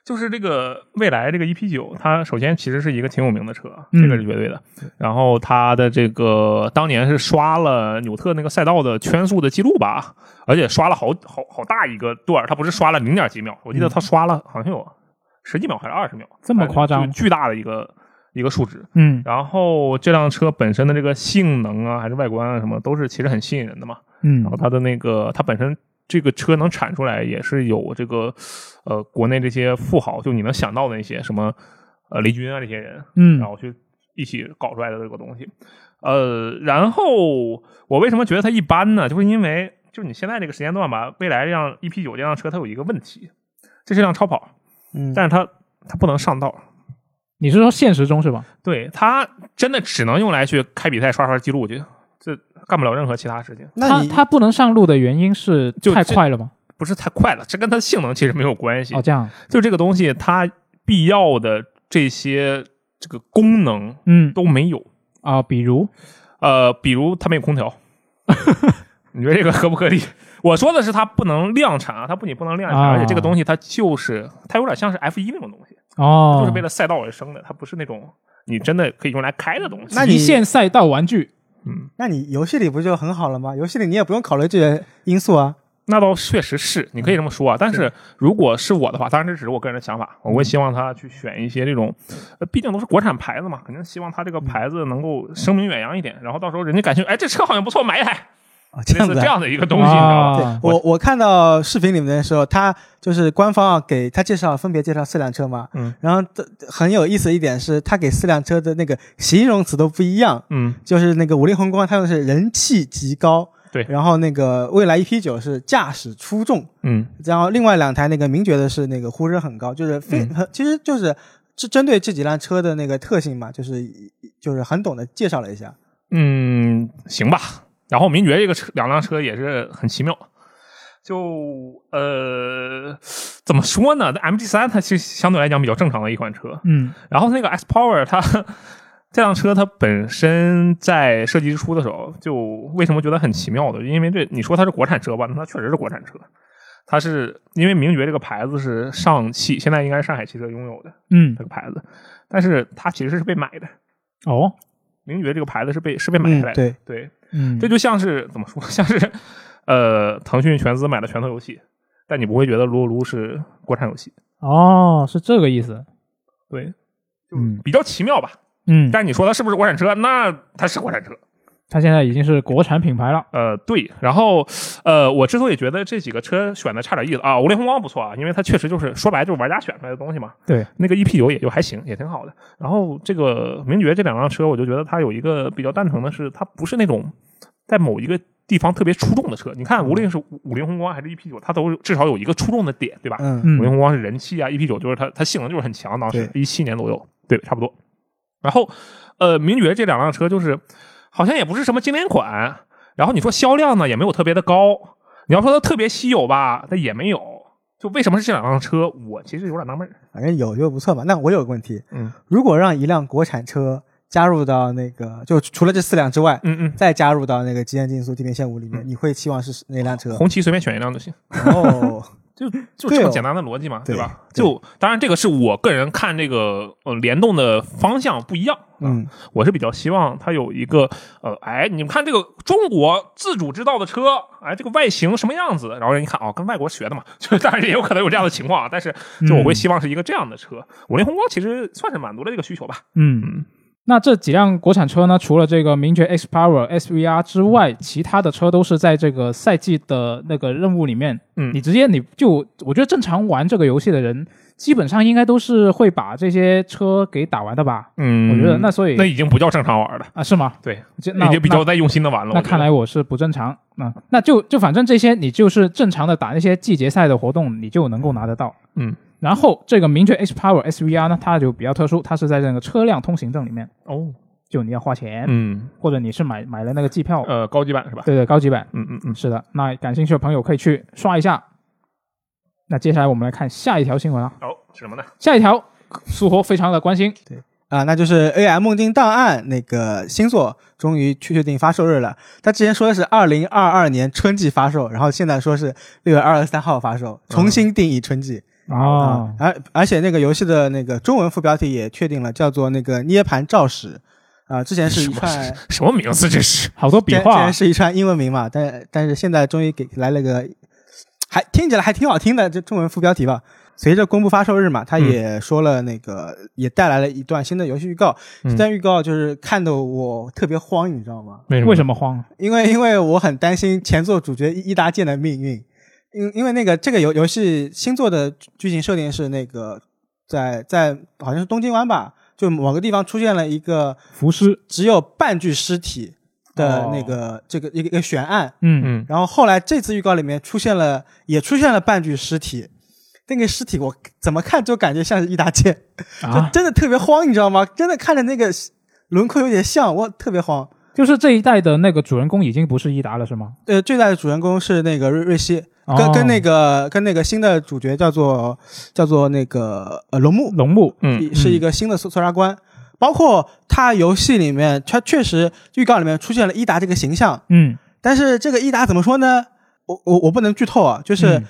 Speaker 2: 就是这个蔚来这个 EP 九，它首先其实是一个挺有名的车，
Speaker 1: 嗯
Speaker 2: 这个是绝对的。然后它的这个当年是刷了纽特那个赛道的圈速的记录吧，而且刷了好好好大一个段儿，它不是刷了零点几秒，我记得它刷了好像有十几秒还是二十秒，
Speaker 1: 嗯这么夸张
Speaker 2: 反正就巨大的一个一个数值。
Speaker 1: 嗯
Speaker 2: 然后这辆车本身的这个性能啊，还是外观啊什么，都是其实很吸引人的嘛。
Speaker 1: 嗯
Speaker 2: 然后它的那个它本身这个车能产出来，也是有这个呃国内这些富豪，就你能想到的那些什么呃雷军啊这些人，
Speaker 1: 嗯
Speaker 2: 然后去一起搞出来的这个东西。呃，然后我为什么觉得它一般呢？就是因为就是你现在这个时间段吧，未来这辆 EP 九这辆车它有一个问题，这是一辆超跑，
Speaker 3: 嗯，
Speaker 2: 但是它它不能上道。
Speaker 1: 你是说现实中是吧？
Speaker 2: 对，它真的只能用来去开比赛刷刷记录去，这干不了任何其他事情。
Speaker 3: 那
Speaker 1: 它
Speaker 3: 你
Speaker 1: 它不能上路的原因是
Speaker 2: 就
Speaker 1: 太
Speaker 2: 这
Speaker 1: 快了吗？
Speaker 2: 不是太快了，这跟它性能其实没有关系。
Speaker 1: 哦，这样，
Speaker 2: 就这个东西，它必要的这些这个功能
Speaker 1: 嗯
Speaker 2: 都没有。
Speaker 1: 啊、比如
Speaker 2: 呃，比如它没有 空调，你觉得这个合不合理？我说的是它不能量产啊，它不仅不能量产，
Speaker 1: 啊
Speaker 2: 而且这个东西它就是它有点像是 F 一那种东西，
Speaker 1: 哦，
Speaker 2: 就是为了赛道而生的，它不是那种你真的可以用来开的东西。
Speaker 3: 那你
Speaker 1: 极限赛道玩具
Speaker 2: 嗯，
Speaker 3: 那你游戏里不就很好了吗？游戏里你也不用考虑这些因素啊。
Speaker 2: 那倒确实是，你可
Speaker 3: 嗯
Speaker 2: 以这么说啊。但是如果是我的话，当然这只是我个人的想法，我会
Speaker 3: 嗯
Speaker 2: 希望他去选一些这种，呃，毕竟都是国产牌子嘛，肯定希望他这
Speaker 3: 嗯
Speaker 2: 个牌子能够声名远扬一点。然后到时候人家感觉，哎，这车好像不错，买一台，
Speaker 3: 啊， 这
Speaker 2: 类
Speaker 3: 样
Speaker 2: 似
Speaker 3: 子、
Speaker 2: 这
Speaker 3: 啊。
Speaker 2: 样的一个东西，你知道吧？
Speaker 1: 吧？
Speaker 3: 我我看到视频里面的时候，他就是官方啊给他介绍，分别介绍四辆车嘛。
Speaker 2: 嗯。
Speaker 3: 然后这很有意思一点是，他给四辆车的那个形容词都不一样，
Speaker 2: 嗯，
Speaker 3: 就是那个五菱宏光，它用的是人气极高。
Speaker 2: 对
Speaker 3: 然后那个蔚来 EP 九是驾驶出众，
Speaker 2: 嗯，
Speaker 3: 然后另外两台那个名爵的是那个呼声很高，就是非、
Speaker 2: 嗯
Speaker 3: 很其实就是针针对这几辆车的那个特性嘛，就是就是很懂得介绍了一下。
Speaker 2: 嗯，行吧。然后名爵这个车两辆车也是很奇妙，就呃怎么说呢？MG 三它是相对来讲比较正常的一款车，
Speaker 1: 嗯
Speaker 2: 然后那个 X Power 它这辆车它本身在设计之初的时候，就为什么觉得很奇妙的？因为这你说它是国产车吧，那它确实是国产车。它是因为名爵这个牌子是上汽，现在应该是上海汽车拥有的
Speaker 1: 嗯
Speaker 2: 这，个牌子，但是它其实是被买的。
Speaker 1: 哦，
Speaker 2: 名爵这个牌子是被是被买下来的，
Speaker 3: 对，
Speaker 2: 对，
Speaker 1: 嗯，
Speaker 2: 这就像是怎么说，像是呃，腾讯全资买了拳头游戏，但你不会觉得撸啊撸是国产游戏，
Speaker 1: 哦，是这个意思。
Speaker 2: 对，就
Speaker 1: 嗯
Speaker 2: 比较奇妙吧。
Speaker 1: 嗯，
Speaker 2: 但你说它是不是国产车？那它是国产车，
Speaker 1: 它现在已经是国产品牌了。
Speaker 2: 呃，对。然后呃，我之所以觉得这几个车选的差点意思啊，五菱宏光不错啊，因为它确实就是说白了就是玩家选出来的东西嘛。
Speaker 1: 对，
Speaker 2: 那个 EP 九也就还行，也挺好的。然后这个名爵这两辆车，我就觉得它有一个比较蛋疼的是，它不是那种在某一个地方特别出众的车。你看，无论是五菱宏光还是 EP 九，它都有至少有一个出众的点，对吧？
Speaker 3: 嗯
Speaker 1: 嗯
Speaker 2: 五菱宏光是人气啊，EP 九就是它它性能就是很强，当时一七年左右，对，差不多。然后呃，名爵这两辆车就是好像也不是什么经典款，然后你说销量呢也没有特别的高，你要说它特别稀有吧，它也没有。就为什么是这两辆车，我其实有点纳闷儿。
Speaker 3: 反正有就不错嘛。那我有个问题，
Speaker 2: 嗯
Speaker 3: 如果让一辆国产车加入到那个，就除了这四辆之外，
Speaker 2: 嗯嗯，嗯
Speaker 3: 再加入到那个极限竞速地平线五里面，你会期望是哪辆车？
Speaker 2: 红旗随便选一辆就行，
Speaker 3: 哦，
Speaker 2: 就就
Speaker 3: 嗯对哦
Speaker 2: 这么简单的逻辑嘛，
Speaker 3: 对
Speaker 2: 吧？
Speaker 3: 对
Speaker 2: 就当然这个是我个人看这个呃联动的方向不一样，啊，
Speaker 3: 嗯，
Speaker 2: 我是比较希望它有一个呃，哎，你们看这个中国自主制造的车，哎，这个外形什么样子？然后人一看哦，跟外国学的嘛，就当然也有可能有这样的情况啊，但是就我会希望是一个这样的车。五菱宏光其实算是满足了这个需求吧，
Speaker 1: 嗯，那这几辆国产车呢，除了这个名爵 X Power、SVR 之外，其他的车都是在这个赛季的那个任务里面。
Speaker 2: 嗯
Speaker 1: 你直接你就，我觉得正常玩这个游戏的人，基本上应该都是会把这些车给打完的吧？
Speaker 2: 嗯
Speaker 1: 我觉得那所以
Speaker 2: 那已经不叫正常玩了，
Speaker 1: 啊，是吗？
Speaker 2: 对，
Speaker 1: 这那
Speaker 2: 已经比
Speaker 1: 那
Speaker 2: 较在用心的玩了。
Speaker 1: 那
Speaker 2: 我觉得
Speaker 1: 看来我是不正常啊、嗯那就就反正这些你就是正常的打那些季节赛的活动，你就能够拿得到。
Speaker 2: 嗯，
Speaker 1: 然后这个名爵 X Power SVR 呢，它就比较特殊，它是在这个车辆通行证里面，
Speaker 2: 哦，
Speaker 1: 就你要花钱，
Speaker 2: 嗯，
Speaker 1: 或者你是买买了那个机票，
Speaker 2: 呃，高级版是吧？
Speaker 1: 对对，高级版
Speaker 2: 嗯嗯嗯。
Speaker 1: 是的。那感兴趣的朋友可以去刷一下。那接下来我们来看下一条新闻啊，
Speaker 2: 哦，是什么呢？
Speaker 1: 下一条苏活非常的关心，
Speaker 3: 啊，那就是 AI 梦境档案那个新作终于确定发售日了。他之前说的是二零二二年春季发售，然后现在说是六月二十三号发
Speaker 2: 嗯
Speaker 3: 售，重新定义春季。
Speaker 1: 哦
Speaker 3: 啊，而而且那个游戏的那个中文副标题也确定了，叫做那个涅盘照史。啊，之前是一串
Speaker 2: 什么什么名字这是？
Speaker 1: 好多笔
Speaker 3: 之
Speaker 1: 画
Speaker 3: 前是一串英文名嘛，但但是现在终于给来了个，还听起来还挺好听的，这中文副标题吧。随着公布发售日嘛，他也说了那个，也带来了一段新的游戏预告。
Speaker 2: 嗯
Speaker 3: 这段预告就是看得我特别慌，你知道吗？
Speaker 2: 为什
Speaker 1: 为什么慌？
Speaker 3: 因为因为我很担心前作主角伊伊达剑的命运，因因为那个这个游游戏新作的剧情设定是那个在在好像是东京湾吧，就某个地方出现了一个
Speaker 1: 浮尸，
Speaker 3: 只有半具尸体的
Speaker 1: 哦
Speaker 3: 那个、这个一个一个悬案，
Speaker 1: 嗯
Speaker 2: 嗯，
Speaker 3: 然后后来这次预告里面出现了，也出现了半具尸体。那个尸体我怎么看就感觉像是一大剑，
Speaker 1: 啊
Speaker 2: 嗯
Speaker 3: 就，真的特别慌，你知道吗？真的看着那个轮廓有点像，我特别慌。
Speaker 1: 就是这一代的那个主人公已经不是伊达了，是吗？
Speaker 3: 呃，最大的主人公是那个瑞瑞希，跟、
Speaker 1: 哦
Speaker 3: 跟那个跟那个新的主角叫做叫做那个呃龙木，
Speaker 1: 龙木，
Speaker 2: 嗯
Speaker 3: 是一个新的搜搜查官。包括他游戏里面，他确实预告里面出现了伊达这个形象，
Speaker 1: 嗯，
Speaker 3: 但是这个伊达怎么说呢？我我我不能剧透啊，就是、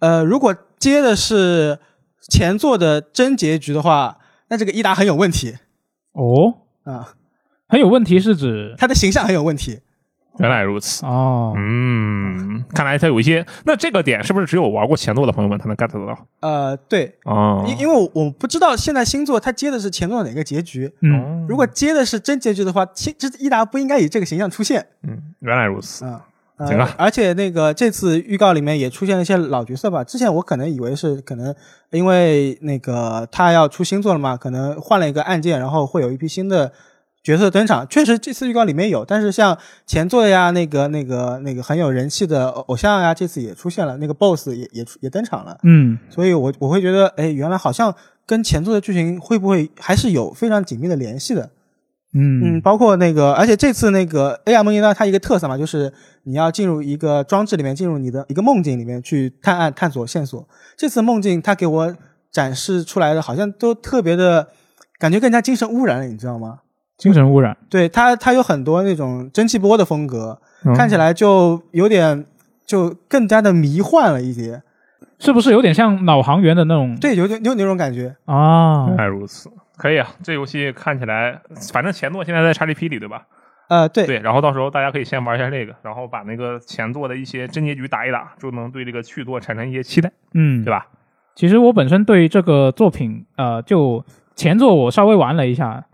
Speaker 3: 呃，如果接的是前作的真结局的话，那这个伊达很有问题
Speaker 1: 哦，
Speaker 3: 啊。
Speaker 1: 很有问题是指
Speaker 3: 它的形象很有问题。
Speaker 2: 原来如此。
Speaker 1: 哦，
Speaker 2: 嗯，看来它有一些，那这个点是不是只有玩过前作的朋友们才能 get 得到
Speaker 3: 呃，对，
Speaker 2: 啊？
Speaker 3: 因因为我我不知道现在星座它接的是前作哪个结局。
Speaker 1: 嗯，
Speaker 2: 哦
Speaker 3: 如果接的是真结局的话，其这伊达不应该以这个形象出现
Speaker 2: 嗯，原来如此，
Speaker 3: 啊。呃
Speaker 2: 行了
Speaker 3: 而且那个这次预告里面也出现了一些老角色吧。之前我可能以为是可能因为那个他要出新作了嘛，可能换了一个案件，然后会有一批新的角色登场。确实这次预告里面有，但是像前作呀，那个那个那个很有人气的偶偶像呀，这次也出现了，那个 BOSS 也也出也登场了。
Speaker 1: 嗯，
Speaker 3: 所以我我会觉得，哎，原来好像跟前作的剧情会不会还是有非常紧密的联系的？
Speaker 1: 嗯，
Speaker 3: 包括那个，而且这次那个 AI 梦境呢，它一个特色嘛，就是你要进入一个装置里面，进入你的一个梦境里面去探案、探索线索。这次梦境它给我展示出来的，好像都特别的感觉更加精神污染了，你知道吗？
Speaker 1: 精神污染，
Speaker 3: 对它，它有很多那种蒸汽波的风格，
Speaker 1: 嗯
Speaker 3: 看起来就有点就更加的迷幻了一些。
Speaker 1: 是不是有点像脑航员的那种？
Speaker 3: 对，有点有那种感觉。哦
Speaker 1: 啊，
Speaker 2: 原来如此，可以啊。这游戏看起来，反正前作现在在 XGP 里，对吧？
Speaker 3: 呃，对，
Speaker 2: 对，然后到时候大家可以先玩一下这个，然后把那个前作的一些真结局打一打，就能对这个续作产生一些期待，
Speaker 1: 嗯，
Speaker 2: 对吧？
Speaker 1: 其实我本身对这个作品，呃，就前作我稍微玩了一下，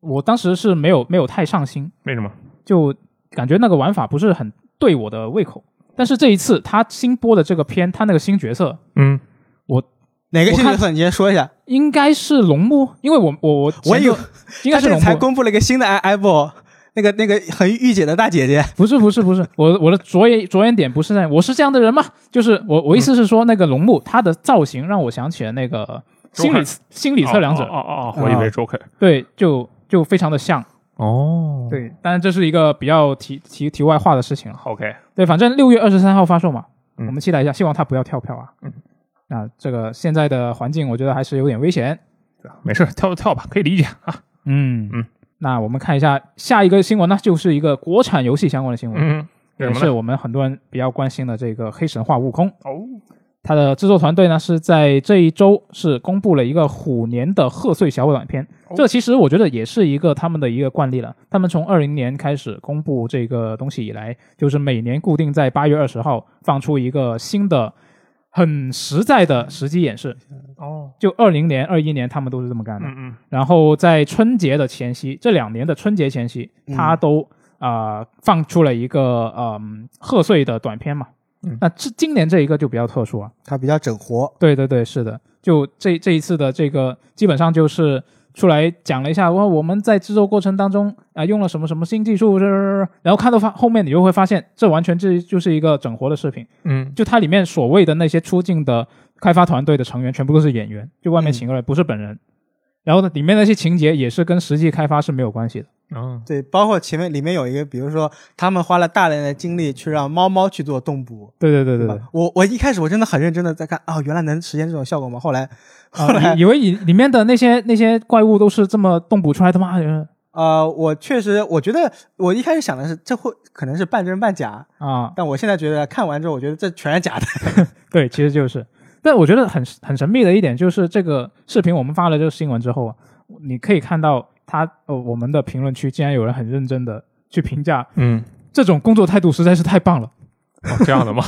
Speaker 1: 我当时是没有没有太上心，
Speaker 2: 为
Speaker 3: 嗯
Speaker 2: 什么？
Speaker 1: 就感觉那个玩法不是很对我的胃口。但是这一次他新播的这个片，他那个新角色
Speaker 2: 嗯，
Speaker 3: 哪个
Speaker 1: 我
Speaker 3: 新
Speaker 1: 看
Speaker 3: 角色？你先说一下。
Speaker 1: 应该是龙木，因为我我我
Speaker 3: 我
Speaker 1: 前
Speaker 3: 以为
Speaker 1: 作应该是
Speaker 3: 他
Speaker 1: 龙
Speaker 3: 这才
Speaker 1: 木，
Speaker 3: 公布了一个新的 i Apple，那个那个很御姐的大姐姐。
Speaker 1: 不是不是不是，我我的着眼着眼点不是在我是这样的人吗？就是我我意
Speaker 2: 嗯
Speaker 1: 思是说那个龙木他的造型让我想起了那个心理心理测量者，
Speaker 2: 哦
Speaker 3: 啊
Speaker 2: 哦哦哦，我以为是 Joker。
Speaker 1: 对，就就非常的像。
Speaker 2: 哦，
Speaker 1: 对，当然这是一个比较题题题外话的事情了。
Speaker 2: ，OK，
Speaker 1: 对，反正六月二十三号发售嘛，
Speaker 2: 嗯
Speaker 1: 我们期待一下，希望它不要跳票啊。
Speaker 2: 嗯，
Speaker 1: 啊，这个现在的环境我觉得还是有点危险。
Speaker 2: 没事，跳就跳吧，可以理解啊。
Speaker 1: 嗯
Speaker 2: 嗯，
Speaker 1: 那我们看一下下一个新闻呢，就是一个国产游戏相关的新闻，
Speaker 2: 嗯，这
Speaker 1: 也
Speaker 2: 是什么
Speaker 1: 是
Speaker 2: 呢？
Speaker 1: 我们很多人比较关心的这个《黑神话：悟空》。
Speaker 2: 哦，
Speaker 1: 它的制作团队呢是在这一周是公布了一个虎年的贺岁小短片
Speaker 2: 哦，
Speaker 1: 这其实我觉得也是一个他们的一个惯例了。他们从二零年开始公布这个东西以来，就是每年固定在八月二十号放出一个新的、很实在的实际演示。
Speaker 2: 哦，
Speaker 1: 就二零年、二一年他们都是这么干的。
Speaker 2: 嗯嗯，
Speaker 1: 然后在春节的前夕，这两年的春节前夕，
Speaker 3: 嗯
Speaker 1: 他都啊、呃放出了一个嗯、贺岁的短片嘛。
Speaker 2: 嗯
Speaker 1: 那这今年这一个就比较特殊啊，
Speaker 3: 他比较整活，
Speaker 1: 对对对，是的，就这这一次的这个基本上就是出来讲了一下，哇，我们在制作过程当中啊、用了什么什么新技术，然后看到发后面你就会发现，这完全这就是一个整活的视频，
Speaker 2: 嗯，
Speaker 1: 就它里面所谓的那些出镜的开发团队的成员全部都是演员，就外面
Speaker 3: 嗯
Speaker 1: 请过来不是本人。然后呢，里面那些情节也是跟实际开发是没有关系的。
Speaker 2: 嗯，
Speaker 3: 对，包括前面里面有一个，比如说他们花了大量的精力去让猫猫去做动捕。
Speaker 1: 对对对对对
Speaker 3: 吧，我我一开始我真的很认真的在看啊、原来能实现这种效果吗？后来 后
Speaker 1: 啊，
Speaker 3: 来
Speaker 1: 以以为以里面的那些那些怪物都是这么动捕出来的吗？呃
Speaker 3: 呃，我确实我觉得我一开始想的是这会可能是半真半假，
Speaker 1: 啊，
Speaker 3: 但我现在觉得看完之后，我觉得这全是假的。
Speaker 1: 对，其实就是。但我觉得很很神秘的一点就是，这个视频我们发了这个新闻之后啊，你可以看到他呃我们的评论区竟然有人很认真的去评价，
Speaker 2: 嗯，
Speaker 1: 这种工作态度实在是太棒了。
Speaker 2: 哦 这样的吗？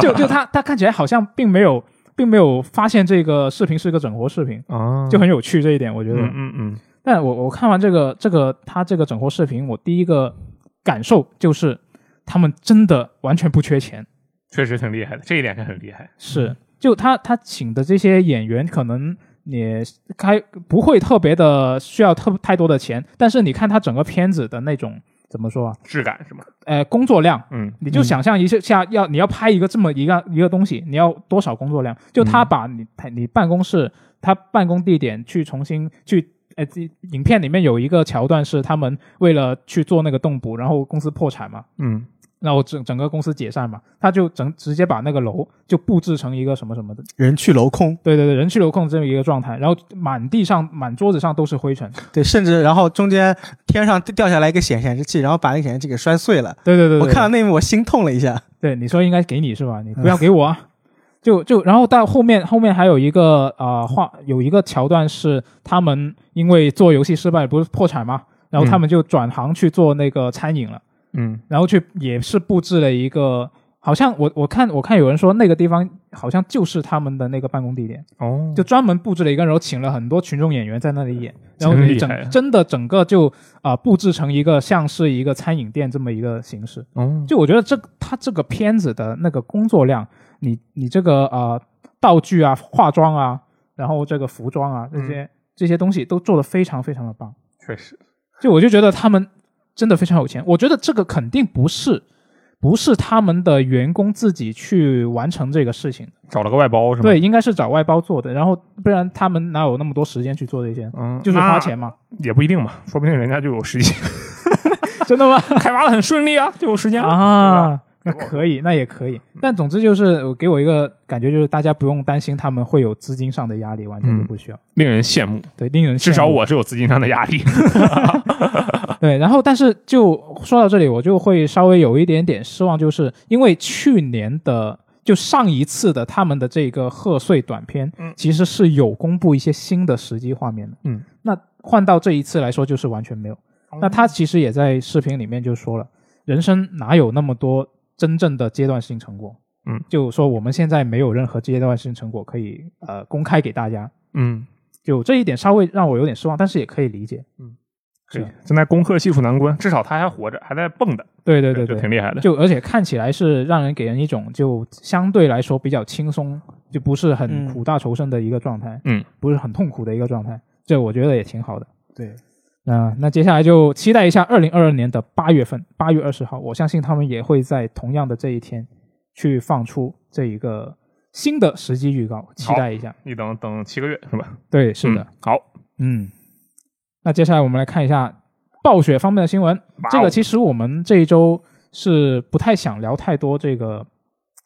Speaker 1: 就就他他看起来好像并没有并没有发现这个视频是个整活视频，
Speaker 2: 啊
Speaker 1: 就很有趣这一点，我觉得。
Speaker 2: 嗯嗯嗯，
Speaker 1: 但我我看完这个这个他这个整活视频，我第一个感受就是他们真的完全不缺钱。
Speaker 2: 确实挺厉害的，这一点是很厉害。
Speaker 1: 是，就他他请的这些演员，可能也开不会特别的需要特太多的钱，但是你看他整个片子的那种怎么说啊？
Speaker 2: 质感是吗？
Speaker 1: 呃，工作量，
Speaker 2: 嗯
Speaker 1: 你就想象一下下要你要拍一个这么一个一个东西，你要多少工作量？就他把你他你办公室他办公地点去重新去。呃，这影片里面有一个桥段是他们为了去做那个动捕，然后公司破产嘛，
Speaker 2: 嗯，
Speaker 1: 然后整整个公司解散嘛，他就整直接把那个楼就布置成一个什么什么的
Speaker 3: 人去楼空，
Speaker 1: 对对对，人去楼空这么一个状态，然后满地上、满桌子上都是灰尘。
Speaker 3: 对，甚至然后中间天上掉下来一个显显示器，然后把那个显示器给摔碎了。
Speaker 1: 对对对
Speaker 3: 我
Speaker 1: 对
Speaker 3: 看到嗯那一幕，我心痛了一下。
Speaker 1: 对你说应该给你是吧？你不要给我啊！就就然后到后面后面还有一
Speaker 3: 嗯
Speaker 1: 个啊、呃、话有一个桥段是他们因为做游戏失败不是破产吗？然后他们就转行去做那个餐饮了，
Speaker 2: 嗯
Speaker 1: 然后去也是布置了一个，好像我我看我看有人说那个地方好像就是他们的那个办公地点，
Speaker 2: 哦，
Speaker 1: 就专门布置了一个，然后请了很多群众演员在那里演，然后
Speaker 2: 嗯真
Speaker 1: 你
Speaker 2: 厉
Speaker 1: 整
Speaker 2: 害啊
Speaker 1: 真的整个就啊、布置成一个像是一个餐饮店这么一个形式。
Speaker 2: 哦，
Speaker 1: 就我觉得这他这个片子的那个工作量，你你这个呃道具啊、化妆啊，然后这个服装啊这
Speaker 2: 嗯
Speaker 1: 些、这些东西都做得非常非常的棒。
Speaker 2: 确实，
Speaker 1: 就我就觉得他们真的非常有钱。我觉得这个肯定不是不是他们的员工自己去完成这个事情的，
Speaker 2: 找了个外包是吗？
Speaker 1: 对，，应该是找外包做的。然后不然他们哪有那么多时间去做这些？
Speaker 2: 嗯，
Speaker 1: 就是花钱嘛，
Speaker 2: 那也不一定嘛，说不定人家就有时间，
Speaker 1: 真 的吗？
Speaker 2: 开发的很顺利啊，就有时间啊。嗯
Speaker 1: 啊，那可以，那也可以。但总之就是我给我一个感觉，就是大家不用担心他们会有资金上的压力，完全就不需要。
Speaker 2: 令人羡慕，
Speaker 1: 对，令人
Speaker 2: 嗯至
Speaker 1: 羡
Speaker 2: 少
Speaker 1: 慕
Speaker 2: 我是有资金上的压力。
Speaker 1: 对，然后但是就说到这里，我就会稍微有一点点失望，就是因为去年的就上一次的他们的这个贺岁短片，
Speaker 2: 嗯
Speaker 1: 其实是有公布一些新的实际画面的，
Speaker 2: 嗯，
Speaker 1: 那换到这一次来说就是完全没有。
Speaker 2: 哦
Speaker 1: 那他其实也在视频里面就说了，人生哪有那么多真正的阶段性成果？
Speaker 2: 嗯，
Speaker 1: 就说我们现在没有任何阶段性成果可以呃公开给大家，
Speaker 2: 嗯，
Speaker 1: 就这一点稍微让我有点失望，但是也可以理解。
Speaker 2: 对
Speaker 1: 是，
Speaker 2: 正在攻克技术难关，至少他还活着，还在蹦的，
Speaker 1: 对对对
Speaker 2: 就
Speaker 1: 对，
Speaker 2: 挺厉害的。
Speaker 1: 就而且看起来是让人给人一种就相对来说比较轻松，就不是很
Speaker 3: 嗯
Speaker 1: 苦大仇深的一个状态，
Speaker 2: 嗯，
Speaker 1: 不是很痛苦的一个状态，这我觉得也挺好的。
Speaker 3: 对，
Speaker 1: 那那接下来就期待一下二零二二年的八月份，八月二十号，我相信他们也会在同样的这一天去放出这一个新的时机预告，期待一下。
Speaker 2: 你等等七个月是吧？
Speaker 1: 对，是的
Speaker 2: 嗯，，好，
Speaker 1: 嗯。那接下来我们来看一下暴雪方面的新闻。
Speaker 2: 哇哦
Speaker 1: 这个其实我们这一周是不太想聊太多这个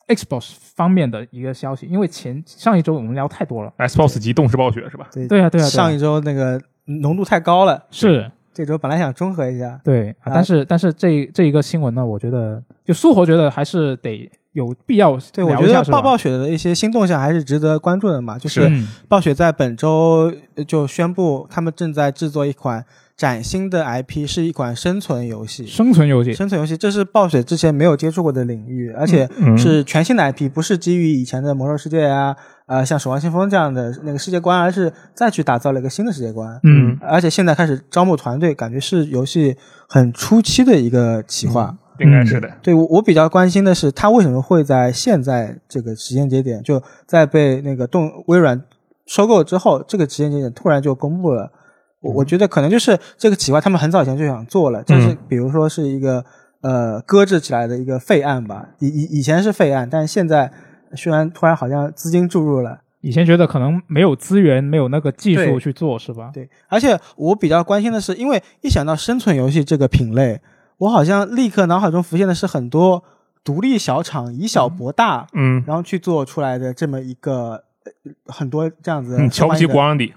Speaker 1: Xbox 方面的一个消息，因为前上一周我们聊太多了。
Speaker 2: Xbox 级动视暴雪是吧？
Speaker 3: 对
Speaker 1: 对啊，对啊，对啊
Speaker 3: 上一周那个浓度太高了，
Speaker 1: 是
Speaker 3: 这周本来想中和一下，
Speaker 1: 对啊，
Speaker 3: 啊
Speaker 2: 呃
Speaker 1: 但是但是这这一个新闻呢，我觉得就苏活觉得还是得有必要
Speaker 3: 对我
Speaker 1: 聊
Speaker 3: 觉
Speaker 1: 一下
Speaker 3: 得
Speaker 1: 是吧
Speaker 3: 暴暴雪的一些新动向还是值得关注的嘛，就是
Speaker 1: 嗯
Speaker 3: 暴雪在本周呃就宣布，他们正在制作一款崭新的 IP，是一款生存游戏。
Speaker 1: 生存游戏，
Speaker 3: 生存游戏，这是暴雪之前没有接触过的领域，而且
Speaker 2: 嗯
Speaker 3: 是全新的 IP，不是基于以前的《魔兽世界》啊，呃，像《守望先锋》这样的那个世界观，而是再去打造了一个新的世界观。
Speaker 1: 嗯
Speaker 3: 而且现在开始招募团队，感觉是游戏很初期的一个企划。
Speaker 2: 应该是的。
Speaker 3: 对我我比较关心的是，它为什么会在现在这个时间节点，就在被那个动微软收购之后，这个时间节点突然就公布了。我我觉得可能就是这个企划，他们很早以前就想做了，但是比如说是一个呃搁置起来的一个废案吧。以以以前是废案，但是现在虽然突然好像资金注入了，
Speaker 1: 以前觉得可能没有资源，没有那个技术
Speaker 3: 对
Speaker 1: 去做是吧？
Speaker 3: 对，而且我比较关心的是，因为一想到生存游戏这个品类，我好像立刻脑海中浮现的是很多独立小厂以小博大，
Speaker 2: 嗯，
Speaker 3: 然后去做出来的这么一个呃很多这样子
Speaker 2: 你嗯
Speaker 3: 受
Speaker 2: 瞧不
Speaker 3: 欢
Speaker 2: 起
Speaker 3: 迎的
Speaker 2: 国王底，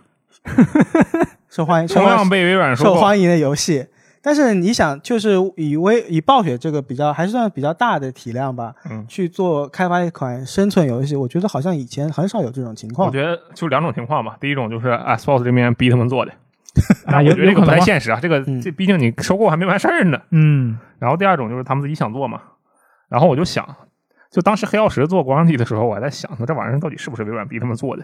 Speaker 3: 受欢迎受
Speaker 2: 同
Speaker 3: 欢
Speaker 2: 样
Speaker 3: 迎
Speaker 2: 被微软
Speaker 3: 受
Speaker 2: 收购。
Speaker 3: 欢迎的游戏。但是你想，就是以微以暴雪这个比较还是算比较大的体量吧，
Speaker 2: 嗯
Speaker 3: 去做开发一款生存游戏，我觉得好像以前很少有这种情
Speaker 2: 我
Speaker 1: 哦
Speaker 3: 况。
Speaker 2: 觉得就两种情况吧，第一种就是 Xbox 这边逼他们做的，
Speaker 1: 啊，
Speaker 2: 我
Speaker 1: 有
Speaker 2: 觉得这
Speaker 1: 有
Speaker 2: 个
Speaker 1: 可
Speaker 2: 不
Speaker 1: 能
Speaker 2: 太
Speaker 1: 吗
Speaker 2: 现实啊，这个
Speaker 3: 嗯
Speaker 2: 这毕竟你收购还没完事儿呢。
Speaker 1: 嗯
Speaker 2: 然后第二种就是他们自己想做嘛。然后我就想，就当时黑曜石做国王帝的时候，我还在想说这玩意儿到底是不是微软逼他们做的。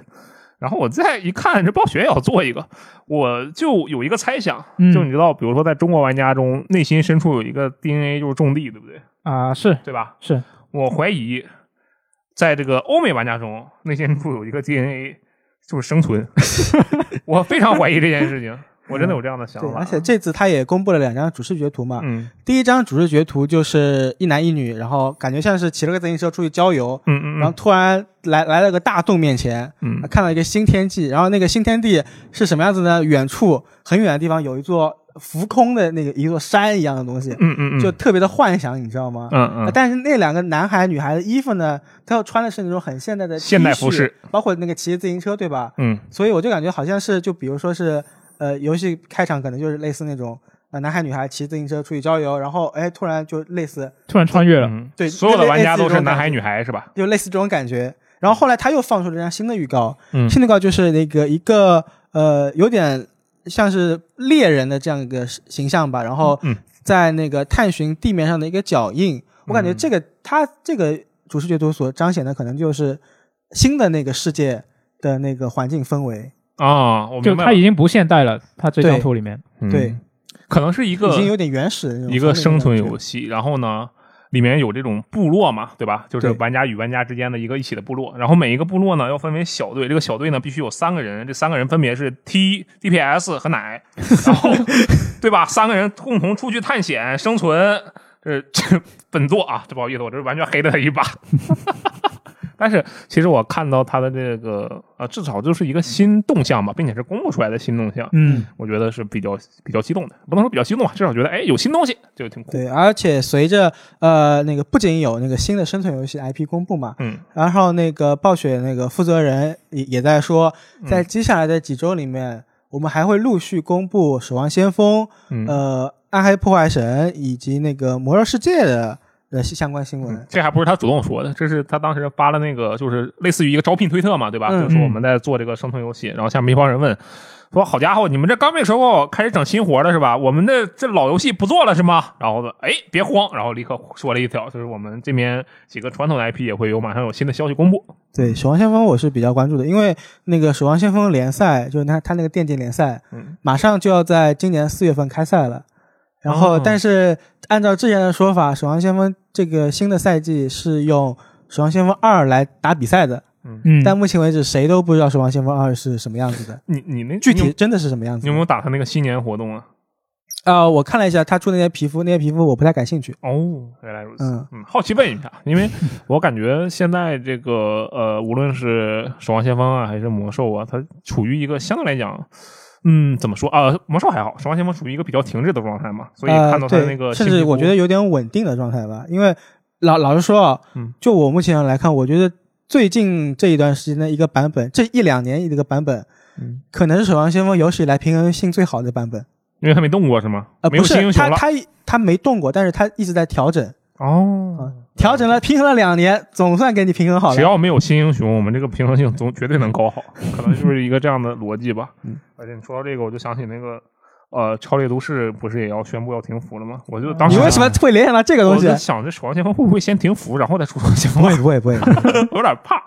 Speaker 2: 然后我再一看，这暴雪也要做一个，我就有一个猜想，
Speaker 1: 嗯
Speaker 2: 就你知道，比如说在中国玩家中，内心深处有一个 DNA 就是种地，对不对？
Speaker 1: 啊是
Speaker 2: 对吧？
Speaker 1: 是
Speaker 2: 我怀疑，在这个欧美玩家中，内心深处有一个 DNA 就是生存，我非常怀疑这件事情，我真的有这样的想
Speaker 3: 对，
Speaker 2: 法。
Speaker 3: 而且这次他也公布了两张主视觉图嘛，
Speaker 2: 嗯
Speaker 3: 第一张主视觉图就是一男一女，然后感觉像是骑了个自行车出去郊游，
Speaker 2: 嗯嗯，
Speaker 3: 然后啊突然来来了个大洞面前，
Speaker 2: 嗯
Speaker 3: 看到一个新天地，然后那个新天地是什么样子呢？远处很远的地方有一座浮空的那个一座山一样的东西，
Speaker 2: 嗯嗯嗯，
Speaker 3: 就特别的幻想，你知道吗？
Speaker 2: 嗯嗯，
Speaker 3: 但是那两个男孩女孩的衣服呢，他要穿的是那种很现代的 T
Speaker 2: 现代服饰，
Speaker 3: 包括那个骑着自行车，对吧？
Speaker 2: 嗯，
Speaker 3: 所以我就感觉好像是，就比如说是，呃，游戏开场可能就是类似那种，呃，男孩女孩骑自行车出去郊游，然后哎，突然就类似
Speaker 1: 突然穿越了，
Speaker 2: 嗯
Speaker 3: 对
Speaker 2: 所有的
Speaker 3: 类
Speaker 2: 玩
Speaker 3: 类
Speaker 2: 家
Speaker 3: 似
Speaker 2: 都是
Speaker 3: 这种
Speaker 2: 男
Speaker 3: 感
Speaker 2: 孩
Speaker 3: 觉
Speaker 2: 女孩是吧？
Speaker 3: 就类似这种感觉。然后后来他又放出了一张新的预告，
Speaker 2: 嗯
Speaker 3: 新的预告就是那个一个呃有点像是猎人的这样一个形象吧，然后
Speaker 2: 嗯
Speaker 3: 在那个探寻地面上的一个脚印，
Speaker 2: 嗯
Speaker 3: 我感觉这个他这个主视觉图所彰显的可能就是新的那个世界的那个环境氛围，
Speaker 2: 啊，我
Speaker 1: 就
Speaker 2: 明白
Speaker 1: 它
Speaker 2: 了
Speaker 1: 已，经不现代了，它这张
Speaker 3: 对
Speaker 1: 图里面，
Speaker 2: 嗯
Speaker 3: 对，
Speaker 2: 可能是一个
Speaker 3: 已经有点原始的那种
Speaker 2: 嗯一个生存
Speaker 3: 风
Speaker 2: 游戏，然后呢，里面有这种部落嘛，对吧？就是
Speaker 3: 对
Speaker 2: 玩家与玩家之间的一个一起的部落，然后每一个部落呢要分为小队，这个小队呢必须有三个人，这三个人分别是 T、DPS 和奶，然后对吧？三个人共同出去探险生存，这 这本作啊，这不好意思，我这是完全黑了他一把。 但是其实我看到他的这个呃，至少就是一个新动向吧，并且是公布出来的新动向，
Speaker 1: 嗯，
Speaker 2: 我觉得是比较比较激动的，不能说比较激动吧，至少觉得哎有新东西就挺酷。
Speaker 3: 对，而且随着呃那个不仅有那个新的生存游戏 IP 公布嘛，
Speaker 2: 嗯，
Speaker 3: 然后那个暴雪那个负责人也也在说，
Speaker 2: 嗯
Speaker 3: 在接下来的几周里面，我们还会陆续公布《守望先锋》、
Speaker 2: 嗯
Speaker 3: 呃《暗黑破坏神》以及那个《魔兽世界的》的相关新闻。
Speaker 2: 这还不是他主动说的，这是他当时发了那个，就是类似于一个招聘推特嘛，对吧？
Speaker 3: 嗯
Speaker 2: 就是说我们在做这个生存游戏，然后下面一帮人问说：“好家伙，你们这刚被收购，开始整新活了是吧？我们的这老游戏不做了是吗？”然后呢，哎，别慌，然后立刻说了一条，就是我们这边几个传统的 IP 也会有马上有新的消息公布。
Speaker 3: 对《守望先锋》我是比较关注的，因为那个《守望先锋》联赛，就是它它那个电竞联赛，
Speaker 2: 嗯
Speaker 3: 马上就要在今年四月份开赛了。然后，
Speaker 2: 哦
Speaker 3: 但是按照之前的说法，《守望先锋》这个新的赛季是用《守望先锋二》来打比赛的，
Speaker 1: 嗯，
Speaker 3: 但目前为止谁都不知道《守望先锋二》是什么样子的，
Speaker 2: 你你那
Speaker 3: 具
Speaker 2: 你
Speaker 3: 体
Speaker 2: 有
Speaker 3: 真的是什么样子
Speaker 2: 你有没有打他那个新年活动啊？
Speaker 3: 啊、我看了一下他出那些皮肤，那些皮肤我不太感兴趣。
Speaker 2: 哦，原来如此。
Speaker 3: 嗯
Speaker 2: 嗯，好奇问一下，因为我感觉现在这个呃，无论是《守望先锋》啊，还是《魔兽》啊，它处于一个相对来讲，嗯，怎么说啊、魔兽还好，《守望先锋》处于一个比较停滞的状态嘛，所以看到它
Speaker 3: 呃、
Speaker 2: 那个
Speaker 3: 对
Speaker 2: 新
Speaker 3: 甚
Speaker 2: 皮肤、
Speaker 3: 至我觉得有点稳定的状态吧。因为老老实说啊
Speaker 2: 嗯，
Speaker 3: 就我目前来看，我觉得最近这一段时间的一个版本，这一两年一个版本，
Speaker 2: 嗯
Speaker 3: 可能是《守望先锋》有史以来平衡性最好的版本。
Speaker 2: 因为它没动过是吗？
Speaker 3: 呃，
Speaker 2: 没有
Speaker 3: 不
Speaker 2: 新英
Speaker 3: 是，
Speaker 2: 雄
Speaker 3: 他
Speaker 2: 了。
Speaker 3: 他他没动过，但是他一直在调整，
Speaker 2: 哦，
Speaker 3: 调整了，平衡了两年，总算给你平嗯衡好
Speaker 2: 只
Speaker 3: 了。
Speaker 2: 要没有新英雄，我们这个平衡性总绝对能搞好，可能就是一个这样的逻辑吧。
Speaker 3: 嗯，
Speaker 2: 而且你说到这个，我就想起那个呃，超猎都市不是也要宣布要停服了吗？我就当时啊
Speaker 3: 你为什么会联想到这个
Speaker 2: 我
Speaker 3: 东西
Speaker 2: 在？想这守望先锋会不会先停服，然后再出守望先锋
Speaker 3: 不？会不会不会，
Speaker 2: 有点怕。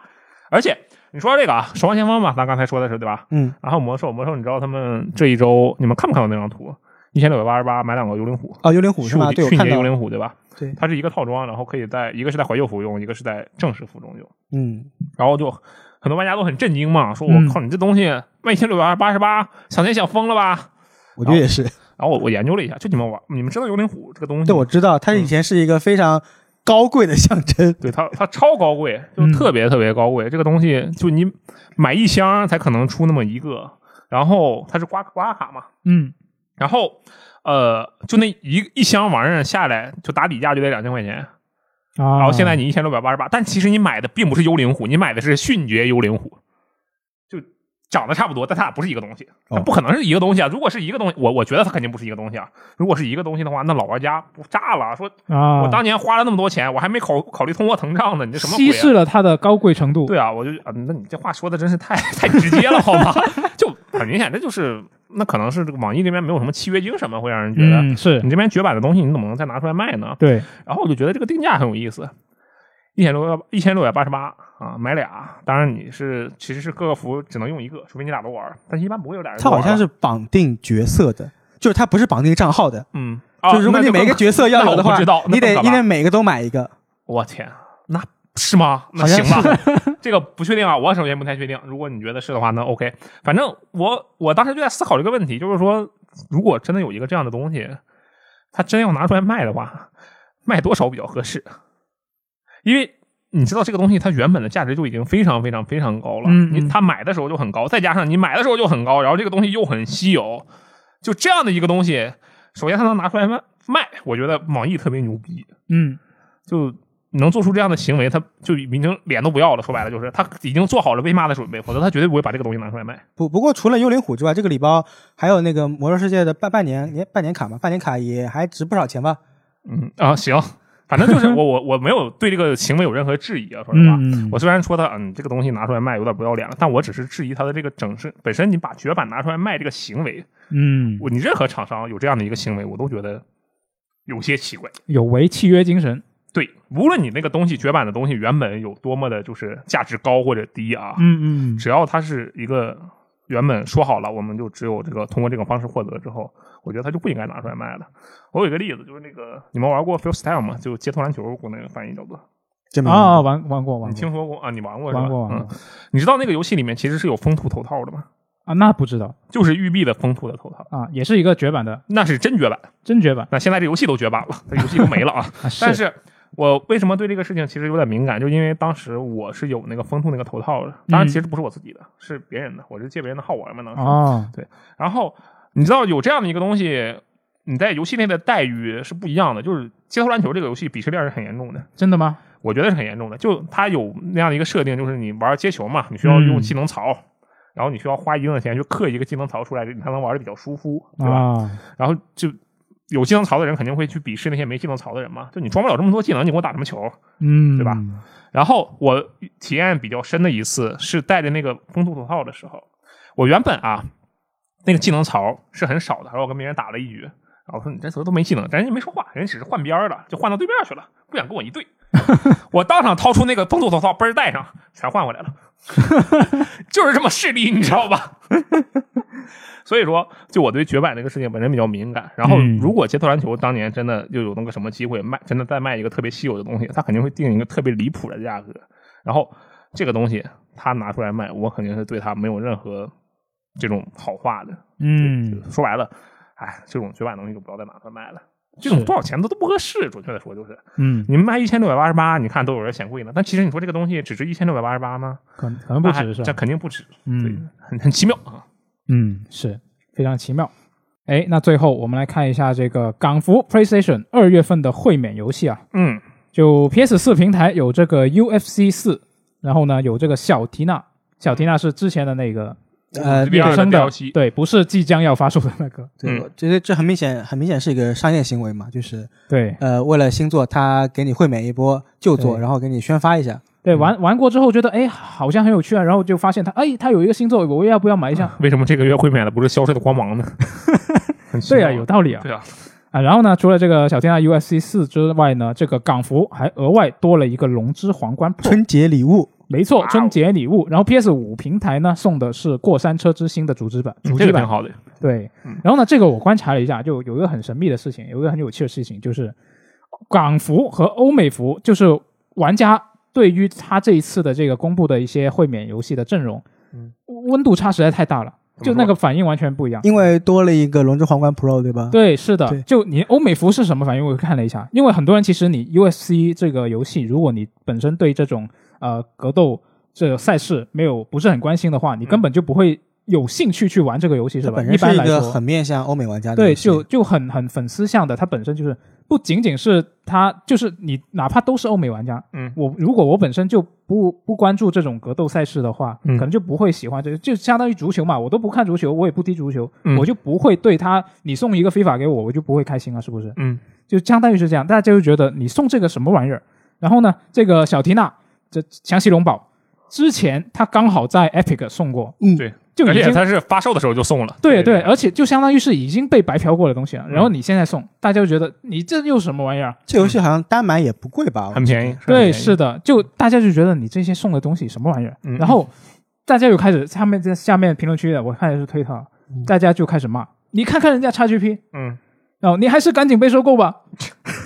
Speaker 2: 而且你说这个啊，守望先锋嘛，咱刚才说的是对吧？
Speaker 3: 嗯，
Speaker 2: 然后魔兽，魔兽，你知道他们这一周你们看没看到那张图？一千六百八十八买两个幽灵虎，
Speaker 3: 哦，幽灵虎
Speaker 2: 去
Speaker 3: 是吗？对，我
Speaker 2: 去
Speaker 3: 看
Speaker 2: 年
Speaker 3: 到
Speaker 2: 幽
Speaker 3: 了。
Speaker 2: 灵虎对吧？
Speaker 3: 对
Speaker 2: 它是一个套装，然后可以在一个是在怀旧服用，一个是在正式服中用，
Speaker 3: 嗯，
Speaker 2: 然后就很多玩家都很震惊嘛，说
Speaker 1: 嗯
Speaker 2: 我靠，你这东西卖一千六百八十八，想钱想疯了吧？
Speaker 3: 我觉得也是。
Speaker 2: 然后我我研究了一下，就你们玩，你们知道幽灵虎这个东西吗？
Speaker 3: 对，我知道，它以前是一个非常高贵的象征。
Speaker 2: 对它，它超高贵，就
Speaker 1: 嗯
Speaker 2: 特别特别高贵。这个东西就你买一箱才可能出那么一个，然后它是刮刮卡嘛，
Speaker 1: 嗯，
Speaker 2: 然后呃，就那一一箱玩意儿下来，就打底价就得两千块钱。
Speaker 1: 啊，
Speaker 2: 然后现在你一千六百八十八，但其实你买的并不是幽灵虎，你买的是迅捷幽灵虎，就长得差不多，但它俩不是一个东西，它
Speaker 3: 哦
Speaker 2: 不可能是一个东西啊。如果是一个东西，我我觉得它肯定不是一个东西啊。如果是一个东西的话，那老玩家不炸了，说
Speaker 1: 啊，
Speaker 2: 我当年花了那么多钱，我还没考考虑通货膨胀呢，你这什么鬼
Speaker 1: 稀
Speaker 2: 啊？
Speaker 1: 释了它的高贵程度，
Speaker 2: 对啊，我就啊，那你这话说的真是太太直接了，好吗？ 就很明显，这就是那可能是这个网易这边没有什么契约精神吧，会让人觉得、
Speaker 1: 嗯，是
Speaker 2: 你这边绝版的东西，你怎么能再拿出来卖呢？
Speaker 1: 对，
Speaker 2: 然后我就觉得这个定价很有意思，一千六一千六百八十八啊，买俩。当然你是其实是各个服只能用一个，除非你俩都玩儿，但一般不会有俩人
Speaker 3: 它
Speaker 2: 都玩
Speaker 3: 好
Speaker 2: 儿吧。
Speaker 3: 像是绑定角色的，就是它不是绑定账号的。
Speaker 2: 嗯，啊、
Speaker 3: 就是如果
Speaker 2: 那
Speaker 3: 你每
Speaker 2: 更
Speaker 3: 个角色要有的
Speaker 2: 那我
Speaker 3: 话
Speaker 2: 不知道，那
Speaker 3: 你
Speaker 2: 更
Speaker 3: 得
Speaker 2: 可
Speaker 3: 你
Speaker 2: 怕
Speaker 3: 得每个都买一个。
Speaker 2: 我天，那是吗？那
Speaker 3: 好像
Speaker 2: 行 吧，这个不确定啊，我首先不太确定。如果你觉得是的话，那 OK。反正我我当时就在思考这个问题，就是说，如果真的有一个这样的东西，它真要拿出来卖的话，卖多少比较合适？因为你知道这个东西它原本的价值就已经非常非常非常高了，
Speaker 1: 嗯嗯
Speaker 2: 你它买的时候就很高，再加上你买的时候就很高，然后这个东西又很稀有，就这样的一个东西，首先它能拿出来卖卖，我觉得网易特别牛逼。
Speaker 1: 嗯，
Speaker 2: 就能做出这样的行为，他就已经脸都不要了。说白了就是他已经做好了被骂的准备，否则他绝对不会把这个东西拿出来卖。
Speaker 3: 不不过除了幽灵虎之外，这个礼包还有那个魔兽世界的半半年年半年卡嘛，半年卡也还值不少钱吧？
Speaker 2: 嗯啊，行，反正就是我我我没有对这个行为有任何质疑啊，说实话。
Speaker 1: 嗯，
Speaker 2: 我虽然说他嗯，这个东西拿出来卖有点不要脸了，但我只是质疑他的这个整是本身你把绝版拿出来卖这个行为，
Speaker 1: 嗯，
Speaker 2: 我你任何厂商有这样的一个行为，我都觉得有些奇怪。
Speaker 1: 有违契约精神，
Speaker 2: 对，无论你那个东西绝版的东西原本有多么的，就是价值高或者低啊，
Speaker 1: 嗯嗯
Speaker 2: 只要它是一个原本说好了，我们就只有这个通过这种方式获得之后，我觉得它就不应该拿出来卖了。我有一个例子，就是那个你们玩过 Feel Style 吗？就街头篮球，国内翻译叫做。
Speaker 3: 真没
Speaker 2: 哦
Speaker 3: 有
Speaker 1: 啊，玩玩过玩
Speaker 2: 嗯你
Speaker 1: 过
Speaker 2: 听说过啊？你玩过是吧？
Speaker 1: 玩过玩
Speaker 2: 嗯
Speaker 1: 过。
Speaker 2: 你知道那个游戏里面其实是有风兔头套的吗？
Speaker 1: 啊，那不知道
Speaker 2: 就是育碧的风兔的头套，
Speaker 1: 啊，也是一个绝版的
Speaker 2: 那是真绝版。
Speaker 1: 真绝版
Speaker 2: 那现在这游戏都绝版了，这游戏都没了啊。
Speaker 1: 啊，
Speaker 2: 但是我为什么对这个事情其实有点敏感，就因为当时我是有那个风兔那个头套的，当然其实不是我自己的，是别人的，我是借别人的号玩嘛当时。
Speaker 1: 哦，
Speaker 2: 然后你知道有这样的一个东西，你在游戏内的待遇是不一样的，就是街头篮球这个游戏鄙视链是很严重的。
Speaker 1: 真的吗？
Speaker 2: 我觉得是很严重的。就它有那样的一个设定，就是你玩接球嘛，你需要用技能槽，然后你需要花一定的钱去刻一个技能槽出来，你才能玩的比较舒服，对吧？
Speaker 1: 啊，
Speaker 2: 然后就有技能槽的人肯定会去鄙视那些没技能槽的人嘛，就你装不了这么多技能，你给我打什么球？
Speaker 1: 嗯，
Speaker 2: 对吧？然后我体验比较深的一次是戴着那个风兔头套的时候，我原本啊那个技能槽是很少的，然后我跟别人打了一局，然后我说你这球都没技能，人家没说话，人家只是换边儿了，就换到对面去了，不想跟我一对。我当场掏出那个风兔头套，嘣儿戴上，全换回来了，就是这么势利，你知道吧？ 所以说，就我对绝版这个事情本身比较敏感。然后，
Speaker 1: 嗯
Speaker 2: 如果街头篮球当年真的又有那个什么机会卖，真的再卖一个特别稀有的东西，他肯定会定一个特别离谱的价格。然后这个东西他拿出来卖，我肯定是对他没有任何这种好话的。
Speaker 1: 嗯，
Speaker 2: 说白了，哎，这种绝版东西就不要再拿出来卖了。这种多少钱都都不合适，准确的说就是，
Speaker 1: 嗯，
Speaker 2: 你们卖一千六百八十八，你看都有人嫌贵呢。但其实你说这个东西只值一千六百八十八吗？
Speaker 1: 可可能不止
Speaker 2: 那还
Speaker 1: 是
Speaker 2: 这
Speaker 1: 吧？
Speaker 2: 肯定不止，对
Speaker 1: 嗯，
Speaker 2: 很很奇妙啊。
Speaker 1: 嗯，是非常奇妙。哎，那最后我们来看一下这个港服 PlayStation 二月份的会免游戏啊，
Speaker 2: 嗯，
Speaker 1: 就 PS 四平台有这个 UFC 四，然后呢有这个小缇娜，小缇娜是之前的那个
Speaker 3: 呃，
Speaker 2: 第二
Speaker 1: 衍
Speaker 2: 个
Speaker 1: 生的
Speaker 2: DLC，
Speaker 1: 对，不是即将要发售的那个，
Speaker 3: 对，
Speaker 2: 嗯
Speaker 3: 我觉得这很明显，很明显是一个商业行为嘛，就是
Speaker 1: 对
Speaker 3: 呃，为了新作，他给你会免一波旧作，
Speaker 1: 对
Speaker 3: 然后给你宣发一下，
Speaker 2: 嗯
Speaker 1: 对，玩玩过之后觉得哎好像很有趣啊，然后就发现它哎它有一个新作，我要不要买一 下？
Speaker 2: 为什么这个月会免的不是消失的光芒呢？ 很奇
Speaker 1: 对啊，
Speaker 2: 妙
Speaker 1: 有道理啊，
Speaker 2: 对啊，
Speaker 1: 啊，然后呢，除了这个小天籁 UFC 四之外呢，这个港服还额外多了一个龙之皇冠 Pro，
Speaker 3: 春节礼物，
Speaker 1: 没
Speaker 2: 哇
Speaker 1: 错
Speaker 2: 哦，
Speaker 1: 春节礼物。然后 PS 五平台呢送的是《过山车之星》的主机版，
Speaker 2: 嗯
Speaker 1: 主
Speaker 2: 这
Speaker 1: 机
Speaker 2: 个
Speaker 1: 版
Speaker 2: 挺。好的。
Speaker 1: 对
Speaker 2: 嗯，
Speaker 1: 然后呢，这个我观察了一下，就有一个很神秘的事情，有一个很有趣的事情，就是港服和欧美服，就是玩家对于他这一次的这个公布的一些会免游戏的阵容，
Speaker 2: 嗯
Speaker 1: 温度差实在太大了，
Speaker 2: 怎
Speaker 1: 就
Speaker 2: 么说
Speaker 1: 那个反应完全不一样。
Speaker 3: 因为多了一个龙之皇冠 Pro，对吧？
Speaker 1: 对，是的
Speaker 3: 对，
Speaker 1: 就你欧美服是什么反应？我看了一下，因为很多人其实你 UFC 这个游戏，如果你本身对这种呃格斗这个赛事没有不是很关心的话，你根本就不会有兴趣去玩这个游戏，
Speaker 3: 嗯它
Speaker 1: 是吧？
Speaker 3: 本
Speaker 1: 一
Speaker 3: 身
Speaker 1: 般
Speaker 3: 是一
Speaker 1: 来
Speaker 3: 个
Speaker 1: 说
Speaker 3: 很，面向欧美玩家的
Speaker 1: 对，
Speaker 3: 游戏
Speaker 1: 就就很很粉丝向的，它本身就是不仅仅是它，就是你哪怕都是欧美玩家，
Speaker 2: 嗯
Speaker 1: 我如果我本身就不不关注这种格斗赛事的话，
Speaker 2: 嗯
Speaker 1: 可能就不会喜欢这个，就相当于足球嘛，我都不看足球，我也不踢足球，
Speaker 2: 嗯
Speaker 1: 我就不会对他，你送一个非法给我，我就不会开心啊，是不是？
Speaker 2: 嗯，
Speaker 1: 就相当于是这样，大家就觉得你送这个什么玩意儿？然后呢，这个小缇娜，这强袭龙宝之前他刚好在 Epic 送过，
Speaker 3: 嗯
Speaker 2: 对，
Speaker 1: 就
Speaker 2: 而
Speaker 1: 已
Speaker 2: 且
Speaker 1: 经
Speaker 2: 它是发售的时候就送了。
Speaker 1: 对对，而且就相当于是已经被白嫖过的东西了，然后
Speaker 2: 嗯
Speaker 1: 你现在送，大家就觉得你这又什么玩意儿？
Speaker 3: 这游戏好像单买也不贵吧？
Speaker 2: 很便宜。很便
Speaker 1: 对，
Speaker 2: 宜
Speaker 1: 是的，就大家就觉得你这些送的东西什么玩意儿，
Speaker 2: 嗯
Speaker 1: 然后大家又开始下面在下面评论区的，我看也是推特，大家就开始骂，你看看人家 XGP，
Speaker 2: 嗯，
Speaker 1: 然后你还是赶紧被收购吧。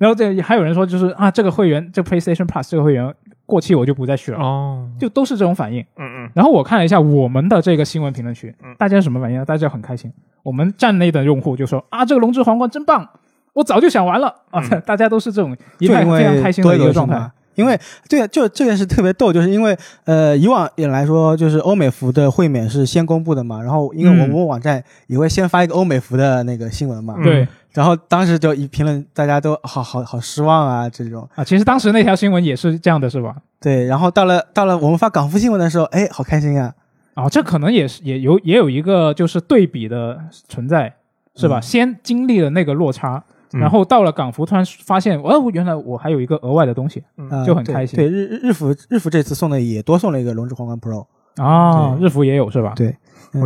Speaker 1: 然后这还有人说就是啊，这个会员这 PlayStation Plus 这个会员过期我就不再续了，
Speaker 2: 哦，
Speaker 1: 就都是这种反应。
Speaker 2: 嗯嗯
Speaker 1: 然后我看了一下我们的这个新闻评论区
Speaker 2: 嗯，
Speaker 1: 大家什么反应呢？大家很开心。我们站内的用户就说啊，这个龙之皇冠真棒，我早就想玩了啊！
Speaker 2: 嗯
Speaker 1: 大家都是这种一
Speaker 3: 就
Speaker 1: 派
Speaker 3: 因
Speaker 1: 非常开
Speaker 3: 为
Speaker 1: 心
Speaker 3: 多
Speaker 1: 的
Speaker 3: 一
Speaker 1: 一
Speaker 3: 个
Speaker 1: 个状态。。
Speaker 3: 因为对啊，就这件事特别逗，就是因为呃，以往也来说，就是欧美服的会免是先公布的嘛，然后因为我
Speaker 1: 嗯
Speaker 3: 们网站也会先发一个欧美服的那个新闻嘛，
Speaker 2: 嗯
Speaker 1: 对
Speaker 3: 然后当时就一评论，大家都好好好失望啊这种。
Speaker 1: 啊，其实当时那条新闻也是这样的，是吧？
Speaker 3: 对，然后到了到了我们发港服新闻的时候，哎，好开心啊！
Speaker 1: 啊，这可能也是也有也有一个就是对比的存在，是吧？
Speaker 3: 嗯
Speaker 1: 先经历了那个落差，
Speaker 2: 嗯
Speaker 1: 然后到了港服，突然发现，哦，原来我还有一个额外的东西
Speaker 3: 呃
Speaker 1: 嗯就很
Speaker 3: 对
Speaker 1: 开心
Speaker 3: 对日日日服日服这次送的也多送了一个《龙之皇冠 Pro》，
Speaker 1: 啊，日服也有是吧？
Speaker 3: 对，嗯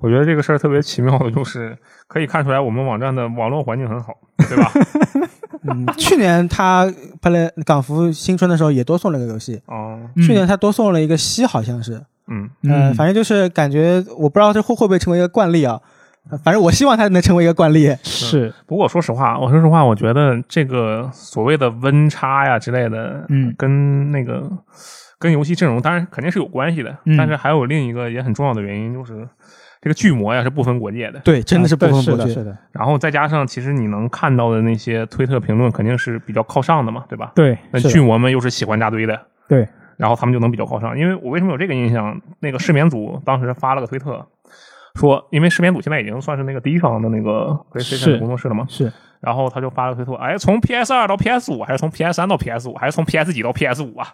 Speaker 2: 我觉得这个事儿特别奇妙的，就是可以看出来我们网站的网络环境很好，对吧？
Speaker 3: 嗯，去年他拍了港服新春的时候也多送了一个游戏，
Speaker 2: 哦，
Speaker 1: 嗯
Speaker 3: 去年他多送了一个西，好像是，
Speaker 2: 嗯，
Speaker 3: 嗯、
Speaker 1: 嗯，
Speaker 3: 反正就是感觉我不知道这会会不会成为一个惯例啊，呃反正我希望它能成为一个惯例。
Speaker 1: 是，
Speaker 2: 不过说实话，我说实话，我觉得这个所谓的温差呀之类的，
Speaker 1: 嗯
Speaker 2: 跟那个跟游戏阵容当然肯定是有关系的，
Speaker 1: 嗯
Speaker 2: 但是还有另一个也很重要的原因就是。这个巨魔呀是不分国界的，
Speaker 3: 对，真的是不
Speaker 1: 啊对
Speaker 3: 分
Speaker 1: 是
Speaker 3: 伯
Speaker 1: 的，
Speaker 3: 爵。
Speaker 1: 是的，
Speaker 2: 然后再加上其实你能看到的那些推特评论肯定是比较靠上的嘛，对吧？
Speaker 1: 对，
Speaker 2: 那
Speaker 1: 是的
Speaker 2: 巨魔们又是喜欢扎堆的，
Speaker 1: 对，
Speaker 2: 然后他们就能比较靠上。因为我为什么有这个印象？那个失眠组当时发了个推特，说因为失眠组现在已经算是那个第一方的那个 PlayStation
Speaker 1: 是
Speaker 2: 工作室了嘛，
Speaker 1: 是
Speaker 2: 然后他就发了个推特，哎，从 PS 二到 PS 五，还是从 PS 三到 PS 五，还是从 PS 几到 PS 五啊？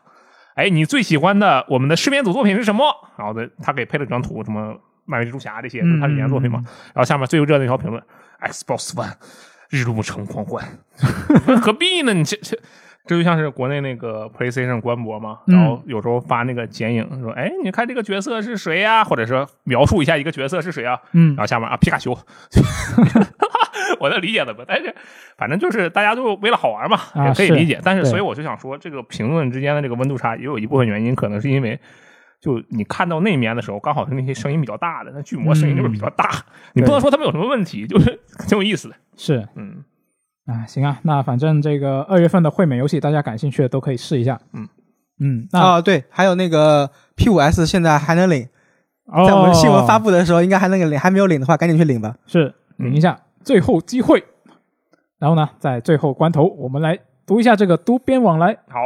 Speaker 2: 哎，你最喜欢的我们的失眠组作品是什么？然后呢，他给配了几张图，什么漫威蜘蛛侠这些，都是他以前的作品嘛。然后下面最热的一条评论，Xbox One 日落成狂欢， 何必呢？你这这。这就像是国内那个 PlayStation 官博嘛，
Speaker 1: 嗯
Speaker 2: 然后有时候发那个剪影，说：“哎，你看这个角色是谁呀、或者是描述一下一个角色是谁啊？
Speaker 1: 嗯
Speaker 2: 然后下面啊，皮 卡丘，我能理解的吧？但是反正就是大家就为了好玩嘛，
Speaker 1: 啊
Speaker 2: 也可以
Speaker 1: 是
Speaker 2: 理解。但是
Speaker 1: 对
Speaker 2: 所以我就想说，这个评论之间的这个温度差，也有一部分原因可能是因为。就你看到那面的时候，刚好是那些声音比较大的，那巨魔声音就是比较大，
Speaker 1: 嗯
Speaker 2: 你不能说他们有什么问题，就是挺有意思的。
Speaker 1: 是
Speaker 2: 嗯，
Speaker 1: 啊，行啊，那反正这个二月份的惠美游戏，大家感兴趣的都可以试一下。
Speaker 2: 嗯
Speaker 1: 嗯，那
Speaker 3: 啊、对，还有那个 P 五 S 现在还能领，
Speaker 1: 哦
Speaker 3: 在我们新闻发
Speaker 1: 布
Speaker 3: 布的时候应该还能领，还没有领的话赶紧去领吧。
Speaker 1: 是领一下最后机会，然后呢，在最后关头，我们来读一下这个多边往来。
Speaker 2: 好，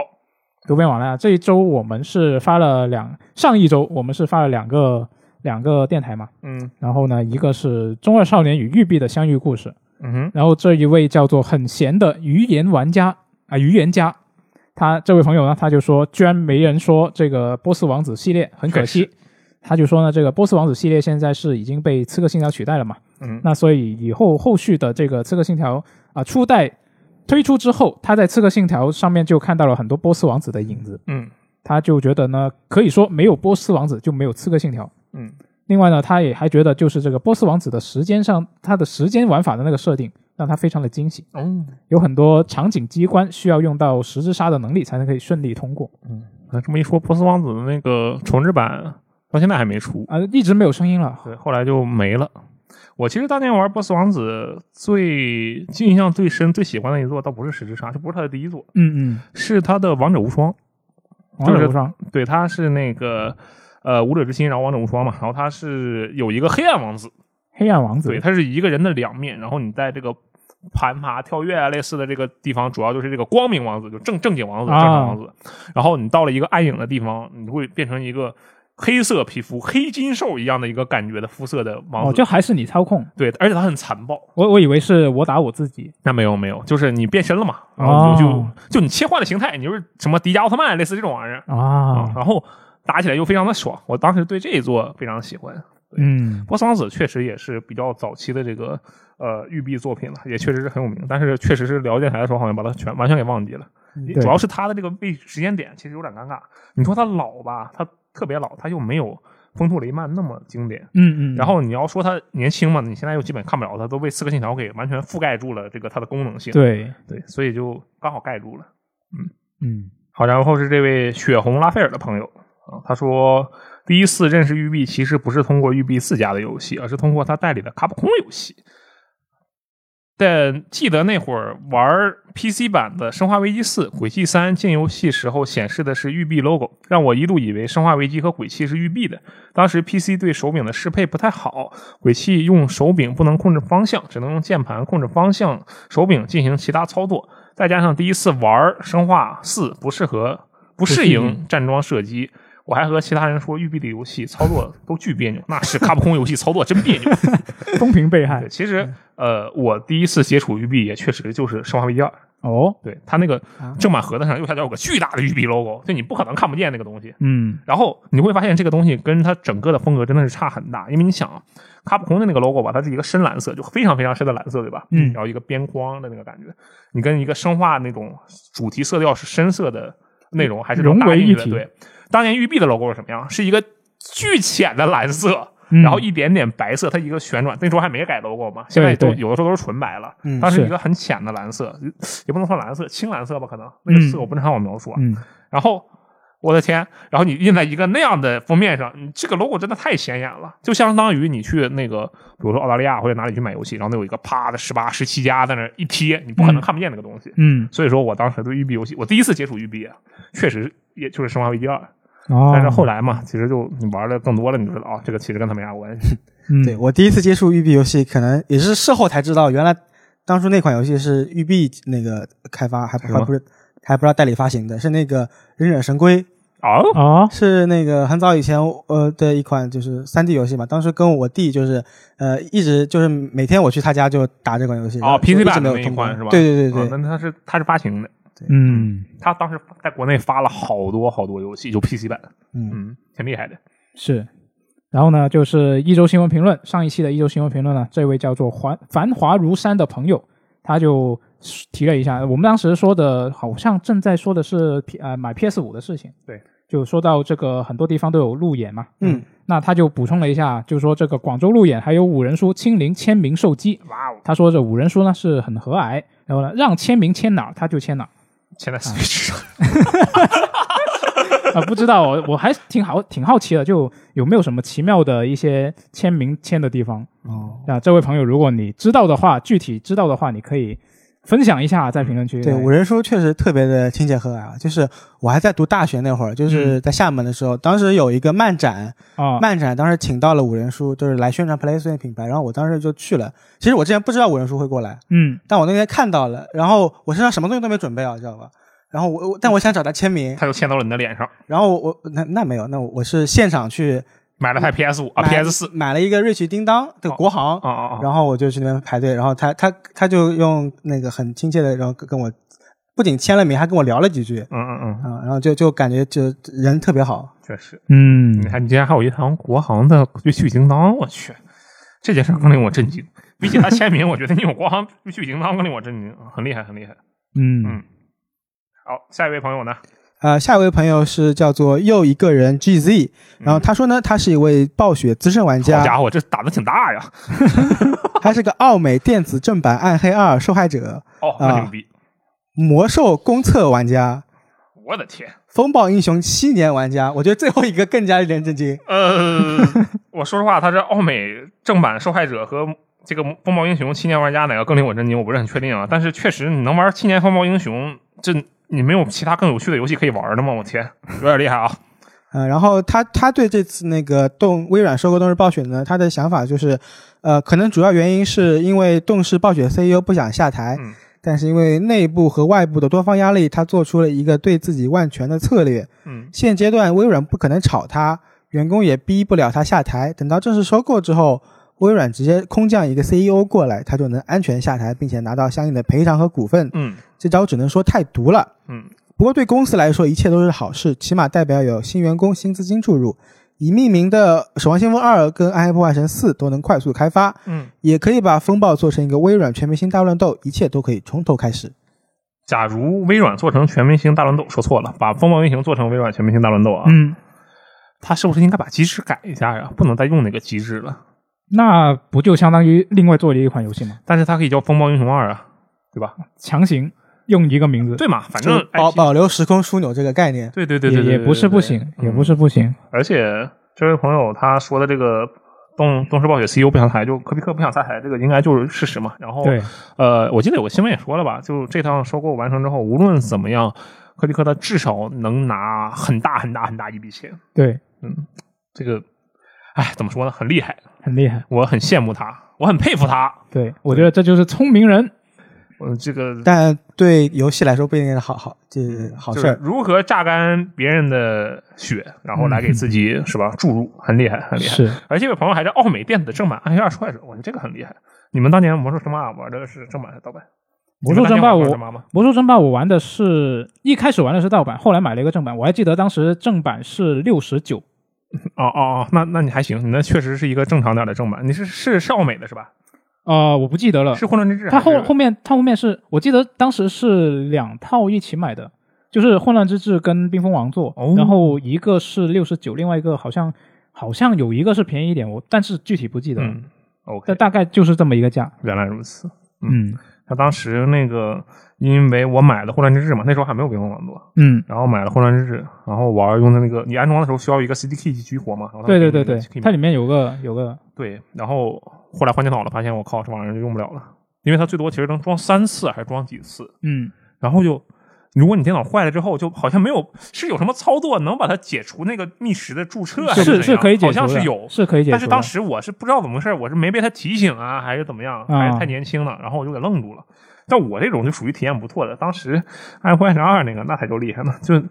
Speaker 1: 读边网来啊，这一周我们是发了两，上一周我们是发了两个两个电台嘛，
Speaker 2: 嗯
Speaker 1: 然后呢，一个是《中二少年与玉璧的相遇故事》，
Speaker 2: 嗯哼，
Speaker 1: 然后这一位叫做很闲的语言玩家啊、语言家，他这位朋友呢，他就说，居然没人说这个波斯王子系列，很可
Speaker 2: 确
Speaker 1: 惜。他就说呢，这个波斯王子系列现在是已经被刺客信条取代了嘛，
Speaker 2: 嗯
Speaker 1: 那所以以后后续的这个刺客信条啊、初代推出之后，他在刺客信条上面就看到了很多波斯王子的影子，
Speaker 2: 嗯
Speaker 1: 他就觉得呢，可以说没有波斯王子就没有刺客信条。
Speaker 2: 嗯，
Speaker 1: 另外呢，他也还觉得就是这个波斯王子的时间上，他的时间玩法的那个设定让他非常的惊喜，
Speaker 2: 哦，
Speaker 1: 有很多场景机关需要用到十字杀的能力才能可以顺利通过
Speaker 2: 那这么一说，波斯王子的那个重置版到现在还没出，
Speaker 1: 啊、一直没有声音了。
Speaker 2: 对，后来就没了。我其实当年玩波斯王子最印象最深、最喜欢的一座，倒不是十之杀，这不是他的第一座，
Speaker 1: 嗯嗯，
Speaker 2: 是他的王者无双。
Speaker 1: 王者无双
Speaker 2: 对，他是那个呃武者之心，然后王者无双嘛，然后他是有一个黑暗王子，
Speaker 1: 黑暗王子
Speaker 2: 对，他是一个人的两面，然后你在这个。攀爬、跳跃啊，类似的这个地方，主要就是这个光明王子，就正正经王子、正
Speaker 1: 啊
Speaker 2: 常王子。然后你到了一个暗影的地方，你会变成一个黑色皮肤、黑金兽一样的一个感觉的肤色的王
Speaker 1: 哦，
Speaker 2: 子。
Speaker 1: 就还是你操控，
Speaker 2: 对，而且他很残暴，
Speaker 1: 我我以为是我打我自己
Speaker 2: 那没有没有，就是你变身了嘛，然
Speaker 1: 哦
Speaker 2: 后就、就就你切换的形态，你就是什么迪迦奥特曼类似这种玩意儿啊、
Speaker 1: 啊，
Speaker 2: 然后打起来又非常的爽，我当时对这一座非常喜欢。
Speaker 1: 嗯
Speaker 2: 波斯王子确实也是比较早期的这个呃育碧作品了，也确实是很有名，但是确实是聊电台的时候好像把它全完全给忘记了，
Speaker 1: 嗯对
Speaker 2: 主要是它的这个位时间点其实有点尴尬。你说它老吧，它特别老，它又没有《风兔雷曼》那么经典，
Speaker 1: 嗯嗯，
Speaker 2: 然后你要说它年轻嘛，你现在又基本看不了它，都被刺客信条给完全覆盖住了这个它的功能性。
Speaker 1: 对，
Speaker 2: 对所以就刚好盖住了。
Speaker 1: 嗯
Speaker 2: 好，然后是这位血红拉斐尔的朋友啊，他说第一次认识育碧其实不是通过育碧自家的游戏，而是通过他代理的卡普空游戏。但记得那会儿玩 PC 版的《生化危机四》《轨迹三》进游戏时候显示的是育碧 logo，让我一度以为《生化危机》和《鬼泣》是育碧的。当时 PC 对手柄的适配不太好，《鬼泣》用手柄不能控制方向，只能用键盘控制方向，手柄进行其他操作。再加上第一次玩《生化四》不适合不适应站桩射击，我还和其他人说育碧的游戏操作都巨别扭，那是卡普空游戏操作真别扭。
Speaker 1: 风评被害嗯
Speaker 2: 对，其实呃，我第一次接触育碧也确实就是《生化危机二》
Speaker 1: 哦，
Speaker 2: 对它那个
Speaker 3: 啊
Speaker 2: 正版盒子上右下角有个巨大的育碧 logo，就你不可能看不见那个东西。
Speaker 1: 嗯
Speaker 2: 然后你会发现这个东西跟它整个的风格真的是差很大，因为你想啊，卡普空的那个 logo 吧，它是一个深蓝色，就非常非常深的蓝色，对吧？
Speaker 1: 嗯
Speaker 2: 然后一个边框的那个感觉，你跟一个生化那种主题色调是深色的内容还是
Speaker 1: 融为
Speaker 2: 搭进去
Speaker 1: 一
Speaker 2: 的
Speaker 1: 体
Speaker 2: 对，当年育碧的 logo 是什么样？是一个巨浅的蓝色，
Speaker 1: 嗯
Speaker 2: 然后一点点白色，它一个旋转，那时候还没改 logo 嘛，现在
Speaker 1: 对
Speaker 2: 都
Speaker 1: 对
Speaker 2: 有的时候都是纯白了
Speaker 3: 嗯，
Speaker 2: 当时
Speaker 1: 是
Speaker 2: 一个很浅的蓝色，也不能说蓝色，青蓝色吧，可能那个
Speaker 1: 嗯
Speaker 2: 色我不能好描述啊，
Speaker 1: 嗯，
Speaker 2: 然后我的天，然后你印在一个那样的封面上，你这个 logo 真的太显眼了，就相当于你去那个，比如说澳大利亚或者哪里去买游戏，然后那有一个啪的十八、十七家在那儿一贴，你不可能
Speaker 1: 嗯
Speaker 2: 看不见那个东西。
Speaker 1: 嗯，
Speaker 2: 所以说我当时对育碧游戏，我第一次接触育碧啊，确实也就是《生化危机二》，
Speaker 1: 哦，
Speaker 2: 但是后来嘛，其实就你玩的更多了，你就知道啊、这个其实跟他没啥关系。
Speaker 1: 嗯，
Speaker 3: 对我第一次接触育碧游戏，可能也是事后才知道，原来当初那款游戏是育碧那个开发，还不
Speaker 2: 吗
Speaker 3: 还不是还不知道代理发行的，是那个《忍者神龟》，
Speaker 2: 哦，
Speaker 1: 哦，
Speaker 3: 是那个很早以前呃的一款就是三 D 游戏嘛。当时跟我弟就是呃一直就是每天我去他家就打这款游戏，然后
Speaker 2: 哦，PC
Speaker 3: 一直
Speaker 2: 版
Speaker 3: 没
Speaker 2: 的
Speaker 3: 有
Speaker 2: 那一
Speaker 3: 通关
Speaker 2: 款是吧？
Speaker 3: 对对对
Speaker 2: 啊
Speaker 3: 对，
Speaker 2: 那他是他是发行的，
Speaker 1: 嗯，
Speaker 2: 他当时在国内发了好多好多游戏，就 PC 版，
Speaker 3: 嗯
Speaker 2: 嗯，挺厉害的。
Speaker 1: 是。然后呢，就是一周新闻评论，上一期的一周新闻评论呢，这位叫做繁繁华如山的朋友，他就提了一下，我们当时说的，好像正在说的是 P 呃买 PS 五的事情，
Speaker 2: 对，
Speaker 1: 就说到这个很多地方都有路演嘛，
Speaker 3: 嗯，
Speaker 1: 那他就补充了一下，就说这个广州路演还有五人书亲临签名授机，
Speaker 2: 哇哦！
Speaker 1: 他说这五人书呢是很和蔼，然后呢让签名签哪儿他就签哪儿
Speaker 2: 现在 Switch 上
Speaker 1: 啊、不知道我我还挺好挺好奇的，就有没有什么奇妙的一些签名签的地方。
Speaker 2: 嗯
Speaker 3: 哦，
Speaker 1: 那这位朋友，如果你知道的话，具体知道的话，你可以分享一下在评论区。
Speaker 3: 对，五人书确实特别的亲切和蔼啊。就是我还在读大学那会
Speaker 2: 嗯
Speaker 3: 儿，就是在厦门的时候，当时有一个漫展，
Speaker 2: 哦
Speaker 1: 啊，
Speaker 3: 漫展当时请到了五人书，就是来宣传 PlayStation 品牌，然后我当时就去了。其实我之前不知道五人书会过来，
Speaker 1: 嗯，
Speaker 3: 但我那天看到了，然后我身上什么东西都没准备啊，知道吧？然后我我但我想找他签名，
Speaker 2: 他就签到了你的脸上，
Speaker 3: 然后我我那那没有，那我我是现场去
Speaker 2: 买了台 PS 五啊
Speaker 3: 嗯买
Speaker 2: ，PS 四
Speaker 3: 买了一个瑞奇叮当的
Speaker 2: 哦
Speaker 3: 国行，
Speaker 2: 啊啊啊！
Speaker 3: 然后我就去那边排队，然后他他他就用那个很亲切的，然后跟我不仅签了名，还跟我聊了几句
Speaker 2: 嗯嗯嗯，
Speaker 3: 啊、然后就就感觉就人特别好，
Speaker 2: 确实。
Speaker 1: 嗯
Speaker 2: 你看，你竟然还有一堂国行的《去叮当》，我去，这件事更令我震惊。比起他签名，我觉得你有国行《去叮当》更令我震惊，很厉害，很厉害。
Speaker 1: 嗯
Speaker 2: 嗯好，下一位朋友呢？
Speaker 3: 呃，下一位朋友是叫做又一个人 GZ，然后他说呢，他是一位暴雪资深玩
Speaker 2: 嗯好家
Speaker 3: 家，
Speaker 2: 伙，这打的挺大呀！
Speaker 3: 他是个奥美电子正版《暗黑二》受害者，
Speaker 2: 哦，
Speaker 3: 啊
Speaker 2: 那牛逼！
Speaker 3: 魔兽公测玩家，
Speaker 2: 我的天，
Speaker 3: 风暴英雄七年玩家，我觉得最后一个更加令人震惊。
Speaker 2: 呃， 我说实话，他这奥美正版受害者和这个风暴英雄七年玩家哪个更令我震惊，我不是很确定啊。但是确实，你能玩七年风暴英雄，这你没有其他更有趣的游戏可以玩的吗？我天，有点厉害啊！
Speaker 3: 呃，然后他他对这次那个动微软收购动视暴雪呢，他的想法就是，呃，可能主要原因是因为动视暴雪 CEO 不想下台，
Speaker 2: 嗯
Speaker 3: 但是因为内部和外部的多方压力，他做出了一个对自己万全的策略。
Speaker 2: 嗯
Speaker 3: 现阶段微软不可能炒他，员工也逼不了他下台。等到正式收购之后，微软直接空降一个 CEO 过来，他就能安全下台，并且拿到相应的赔偿和股份。
Speaker 2: 嗯
Speaker 3: 这招只能说太毒了。
Speaker 2: 嗯，
Speaker 3: 不过对公司来说，一切都是好事，起码代表有新员工、新资金注入。已命名的《守望先锋二》跟《暗黑破坏神四》都能快速开发，
Speaker 2: 嗯，
Speaker 3: 也可以把风暴做成一个微软全明星大乱斗，一切都可以从头开始。
Speaker 2: 假如微软做成全明星大乱斗，说错了，把风暴英雄做成微软全明星大乱斗啊，
Speaker 1: 嗯，
Speaker 2: 他是不是应该把机制改一下呀？不能再用那个机制了，
Speaker 1: 那不就相当于另外做了一款游戏吗？
Speaker 2: 但是它可以叫风暴英雄二啊，对吧？
Speaker 1: 强行用一个名字，
Speaker 2: 对嘛，反正
Speaker 3: 保
Speaker 2: IP
Speaker 3: 保留时空枢纽这个概念，
Speaker 2: 对对对对，对
Speaker 1: 哦也也不是不行，也不。
Speaker 2: 对对对嗯
Speaker 1: 是不行。
Speaker 2: 而且这位朋友他说的这个东东视暴雪 CEO 不想下台，就科比克不想下台，这个应该就是事实嘛。然后
Speaker 1: 对，
Speaker 2: 呃，我记得有个新闻也说了吧，就这趟收购完成之后，无论怎么样，科比克他至少能拿很大很大很大一笔钱。
Speaker 1: 对，
Speaker 2: 嗯，这个，哎，怎么说呢，很厉害，
Speaker 1: 很厉害。
Speaker 2: 我很羡慕他，我很佩服他。
Speaker 1: 对，我觉得这就是聪明人。
Speaker 2: 嗯，这个
Speaker 3: 但对游戏来说不一定是好好这好
Speaker 2: 就
Speaker 3: 事
Speaker 2: 是
Speaker 3: 儿。
Speaker 2: 如何榨干别人的血，然后来给自 己、是吧注入，很厉害，很厉害。
Speaker 1: 是，
Speaker 2: 而这位朋友还是奥美电子正版《暗黑二》出来者，我这个很厉害。你们当年《魔兽争霸》玩的是正版还是盗版？
Speaker 1: 魔兽争霸五
Speaker 2: 你们大家玩过什么吗
Speaker 1: 魔兽争霸我玩的是一开始玩的是盗版，后来买了一个正版，我还记得当时正版是六十九，
Speaker 2: 哦哦哦，那那你还行，你那确实是一个正常点的正版。你是是少美的是吧？
Speaker 1: 呃，我不记得了。
Speaker 2: 是混乱之治还
Speaker 1: 它
Speaker 2: 是？
Speaker 1: 后后面它后面是我记得当时是两套一起买的，就是混乱之治跟冰封王座，
Speaker 2: 哦
Speaker 1: 然后一个是六十九，另外一个好像好像有一个是便宜一点，我但是具体不记得了，
Speaker 2: 嗯，OK，
Speaker 1: 但大概就是这么一个价。
Speaker 2: 原来如此。
Speaker 1: 嗯
Speaker 2: 他当时那个，因为我买了混乱之治嘛，那时候还没有冰封网络，
Speaker 1: 嗯，
Speaker 2: 然后买了混乱之治，然后玩用的那个，你安装的时候需要一个 CD key 去激活嘛？然后它
Speaker 1: 对对对
Speaker 2: 给你
Speaker 1: 对
Speaker 2: 一个 key，
Speaker 1: 它里面有个有个
Speaker 2: 对，然后后来换电脑了，发现我靠，这玩意儿就用不了了，因为它最多其实能装三次还是装几次，
Speaker 1: 嗯
Speaker 2: 然后就如果你电脑坏了之后，就好像没有是有什么操作能把它解除那个觅食的注册啊，
Speaker 1: 嗯是
Speaker 2: 怎
Speaker 1: 是
Speaker 2: 样
Speaker 1: 可以解除的，
Speaker 2: 好像是有。
Speaker 1: 是可以解除的，
Speaker 2: 但是当时我是不知道怎么回事，我是没被他提醒啊，还是怎么样，还是太年轻了，然后我就给愣住了。但我这种就属于体验不错的，当时《暗黑破坏神二》那个那才叫厉害呢，就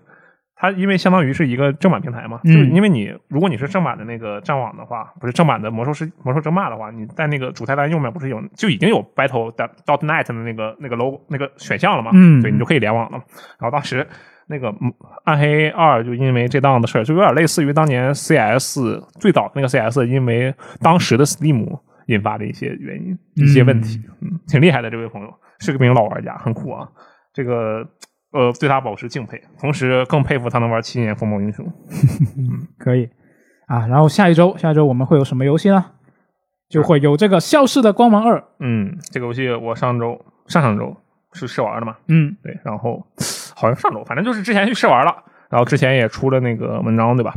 Speaker 2: 它因为相当于是一个正版平台嘛，
Speaker 1: 嗯
Speaker 2: 就是因为你如果你是正版的那个战网的话，不是正版的魔兽世魔兽争霸的话，你在那个主菜单右面不是有就已经有 Battle dot net 的那个那个 logo 那个选项了嘛，
Speaker 1: 嗯
Speaker 2: 对你就可以联网了。然后当时那个嗯暗黑二就因为这档子事儿，就有点类似于当年 CS 最早那个 CS，因为当时的 Steam 引发的一些原因、一些问题，嗯，挺厉害的这位朋友，是个名老玩家，很酷啊。这个呃，对他保持敬佩，同时更佩服他能玩七年风暴英雄。
Speaker 1: 可以啊。然后下一周下一周我们会有什么游戏呢？就会有这个《消失的光芒二》，
Speaker 2: 嗯，这个游戏我上周上上周是试玩的嘛，
Speaker 1: 嗯，
Speaker 2: 对，然后好像上周，反正就是之前去试玩了，然后之前也出了那个文章，对吧？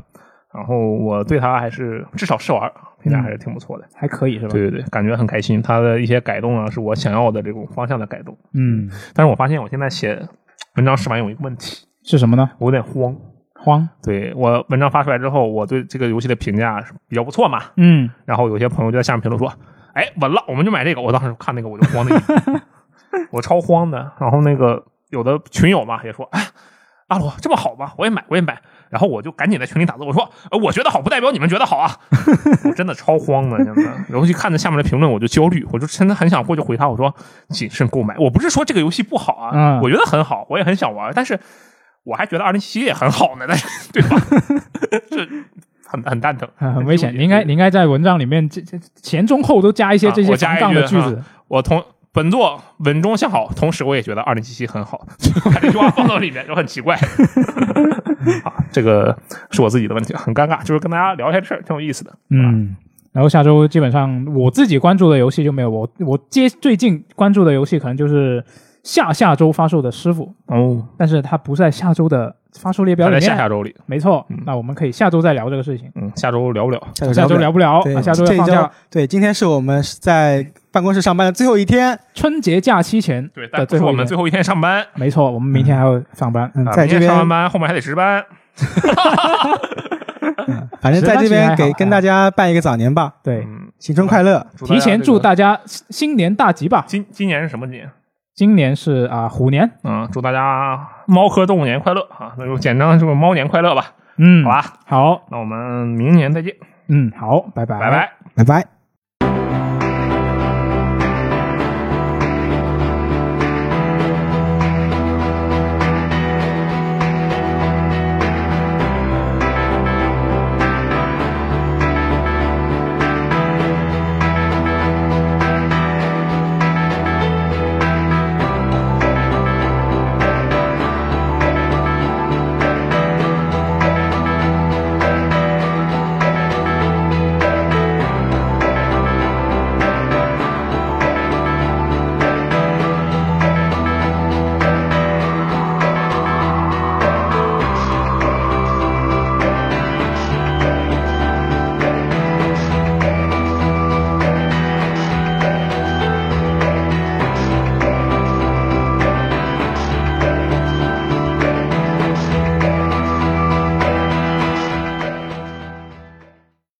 Speaker 2: 然后我对它还是至少试玩评价还是挺不错的，
Speaker 1: 还可以是吧？
Speaker 2: 对对对，感觉很开心。它的一些改动啊，是我想要的这种方向的改动。
Speaker 1: 嗯，
Speaker 2: 但是我发现我现在写文章试完有一个问题，
Speaker 1: 是什么呢？
Speaker 2: 我有点慌。
Speaker 1: 荒，
Speaker 2: 对我文章发出来之后，我对这个游戏的评价是比较不错嘛，
Speaker 1: 嗯，
Speaker 2: 然后有些朋友就在下面评论说：“哎，稳了，我们就买这个。”我当时看那个 我就慌的一逼，我超慌的。然后那个有的群友嘛也说：“哎，阿罗这么好吗？我也买，我也买。”然后我就赶紧在群里打字，我说：“呃我觉得好，不代表你们觉得好啊！” 我真的超慌的，真的。然后就看着下面的评论，我就焦虑，我就真的很想过去回他，我说：“谨慎购买。”我不是说这个游戏不好啊，
Speaker 1: 嗯
Speaker 2: 我觉得很好，我也很想玩，但是我还觉得二零七七也很好呢，但是对吧？ 这很很蛋疼，
Speaker 1: 很危险。
Speaker 2: 纠
Speaker 1: 你
Speaker 2: 结
Speaker 1: 应该你应该在文章里面这这前中后都加一些
Speaker 2: 啊
Speaker 1: 这些
Speaker 2: 我加
Speaker 1: 反
Speaker 2: 一
Speaker 1: 杠
Speaker 2: 句啊
Speaker 1: 的句
Speaker 2: 哈
Speaker 1: 子。
Speaker 2: 我同本作文中向好，同时我也觉得二零七七很好，就把这句话放到里面就很奇怪。 啊，这个是我自己的问题，很尴尬，就是跟大家聊一下这事儿，挺有意思的。
Speaker 1: 嗯，然后下周基本上我自己关注的游戏就没有，我我接最近关注的游戏可能就是下下周发售的《师傅》，
Speaker 2: 哦，
Speaker 1: 但是它不在下周的发售列表
Speaker 2: 还
Speaker 1: 里
Speaker 2: 在
Speaker 1: 面。
Speaker 2: 下下嗯周里，
Speaker 1: 没错，那我们可以下周再聊这个事情。
Speaker 2: 嗯，下周聊不了。
Speaker 1: 下周
Speaker 3: 聊
Speaker 1: 聊不了，
Speaker 3: 对
Speaker 1: 啊下周要
Speaker 3: 这一
Speaker 1: 放假了，
Speaker 3: 对，今天是我们在办公室上班的最后一天，
Speaker 1: 春节假期前
Speaker 2: 对，但
Speaker 1: 的
Speaker 2: 不
Speaker 1: 最
Speaker 2: 是
Speaker 1: 后
Speaker 2: 我
Speaker 1: 一
Speaker 2: 们
Speaker 1: 天。
Speaker 2: 最后一天上班，
Speaker 1: 没错，我们明天还要上班。
Speaker 3: 嗯
Speaker 2: 啊，
Speaker 3: 在
Speaker 2: 明
Speaker 3: 这
Speaker 2: 天上完
Speaker 3: 边，
Speaker 2: 班，后面还得值班。
Speaker 3: 反正在这
Speaker 1: 嗯实在是还
Speaker 3: 边
Speaker 1: 好
Speaker 3: 给跟大家拜一个早年吧，
Speaker 1: 对，
Speaker 2: 嗯，
Speaker 3: 新春快乐，
Speaker 2: 祝
Speaker 1: 提前祝
Speaker 2: 大家
Speaker 1: 大家新新年大吉吧
Speaker 2: 这！个今今年是什么年？
Speaker 1: 今年是啊虎年，
Speaker 2: 嗯，祝大家猫科动物年快乐啊！那就简单就是猫年快乐吧，
Speaker 1: 嗯
Speaker 2: 好吧？
Speaker 1: 好，
Speaker 2: 那我们明年再见，
Speaker 1: 嗯，好，拜拜，
Speaker 2: 拜拜。
Speaker 3: 拜拜。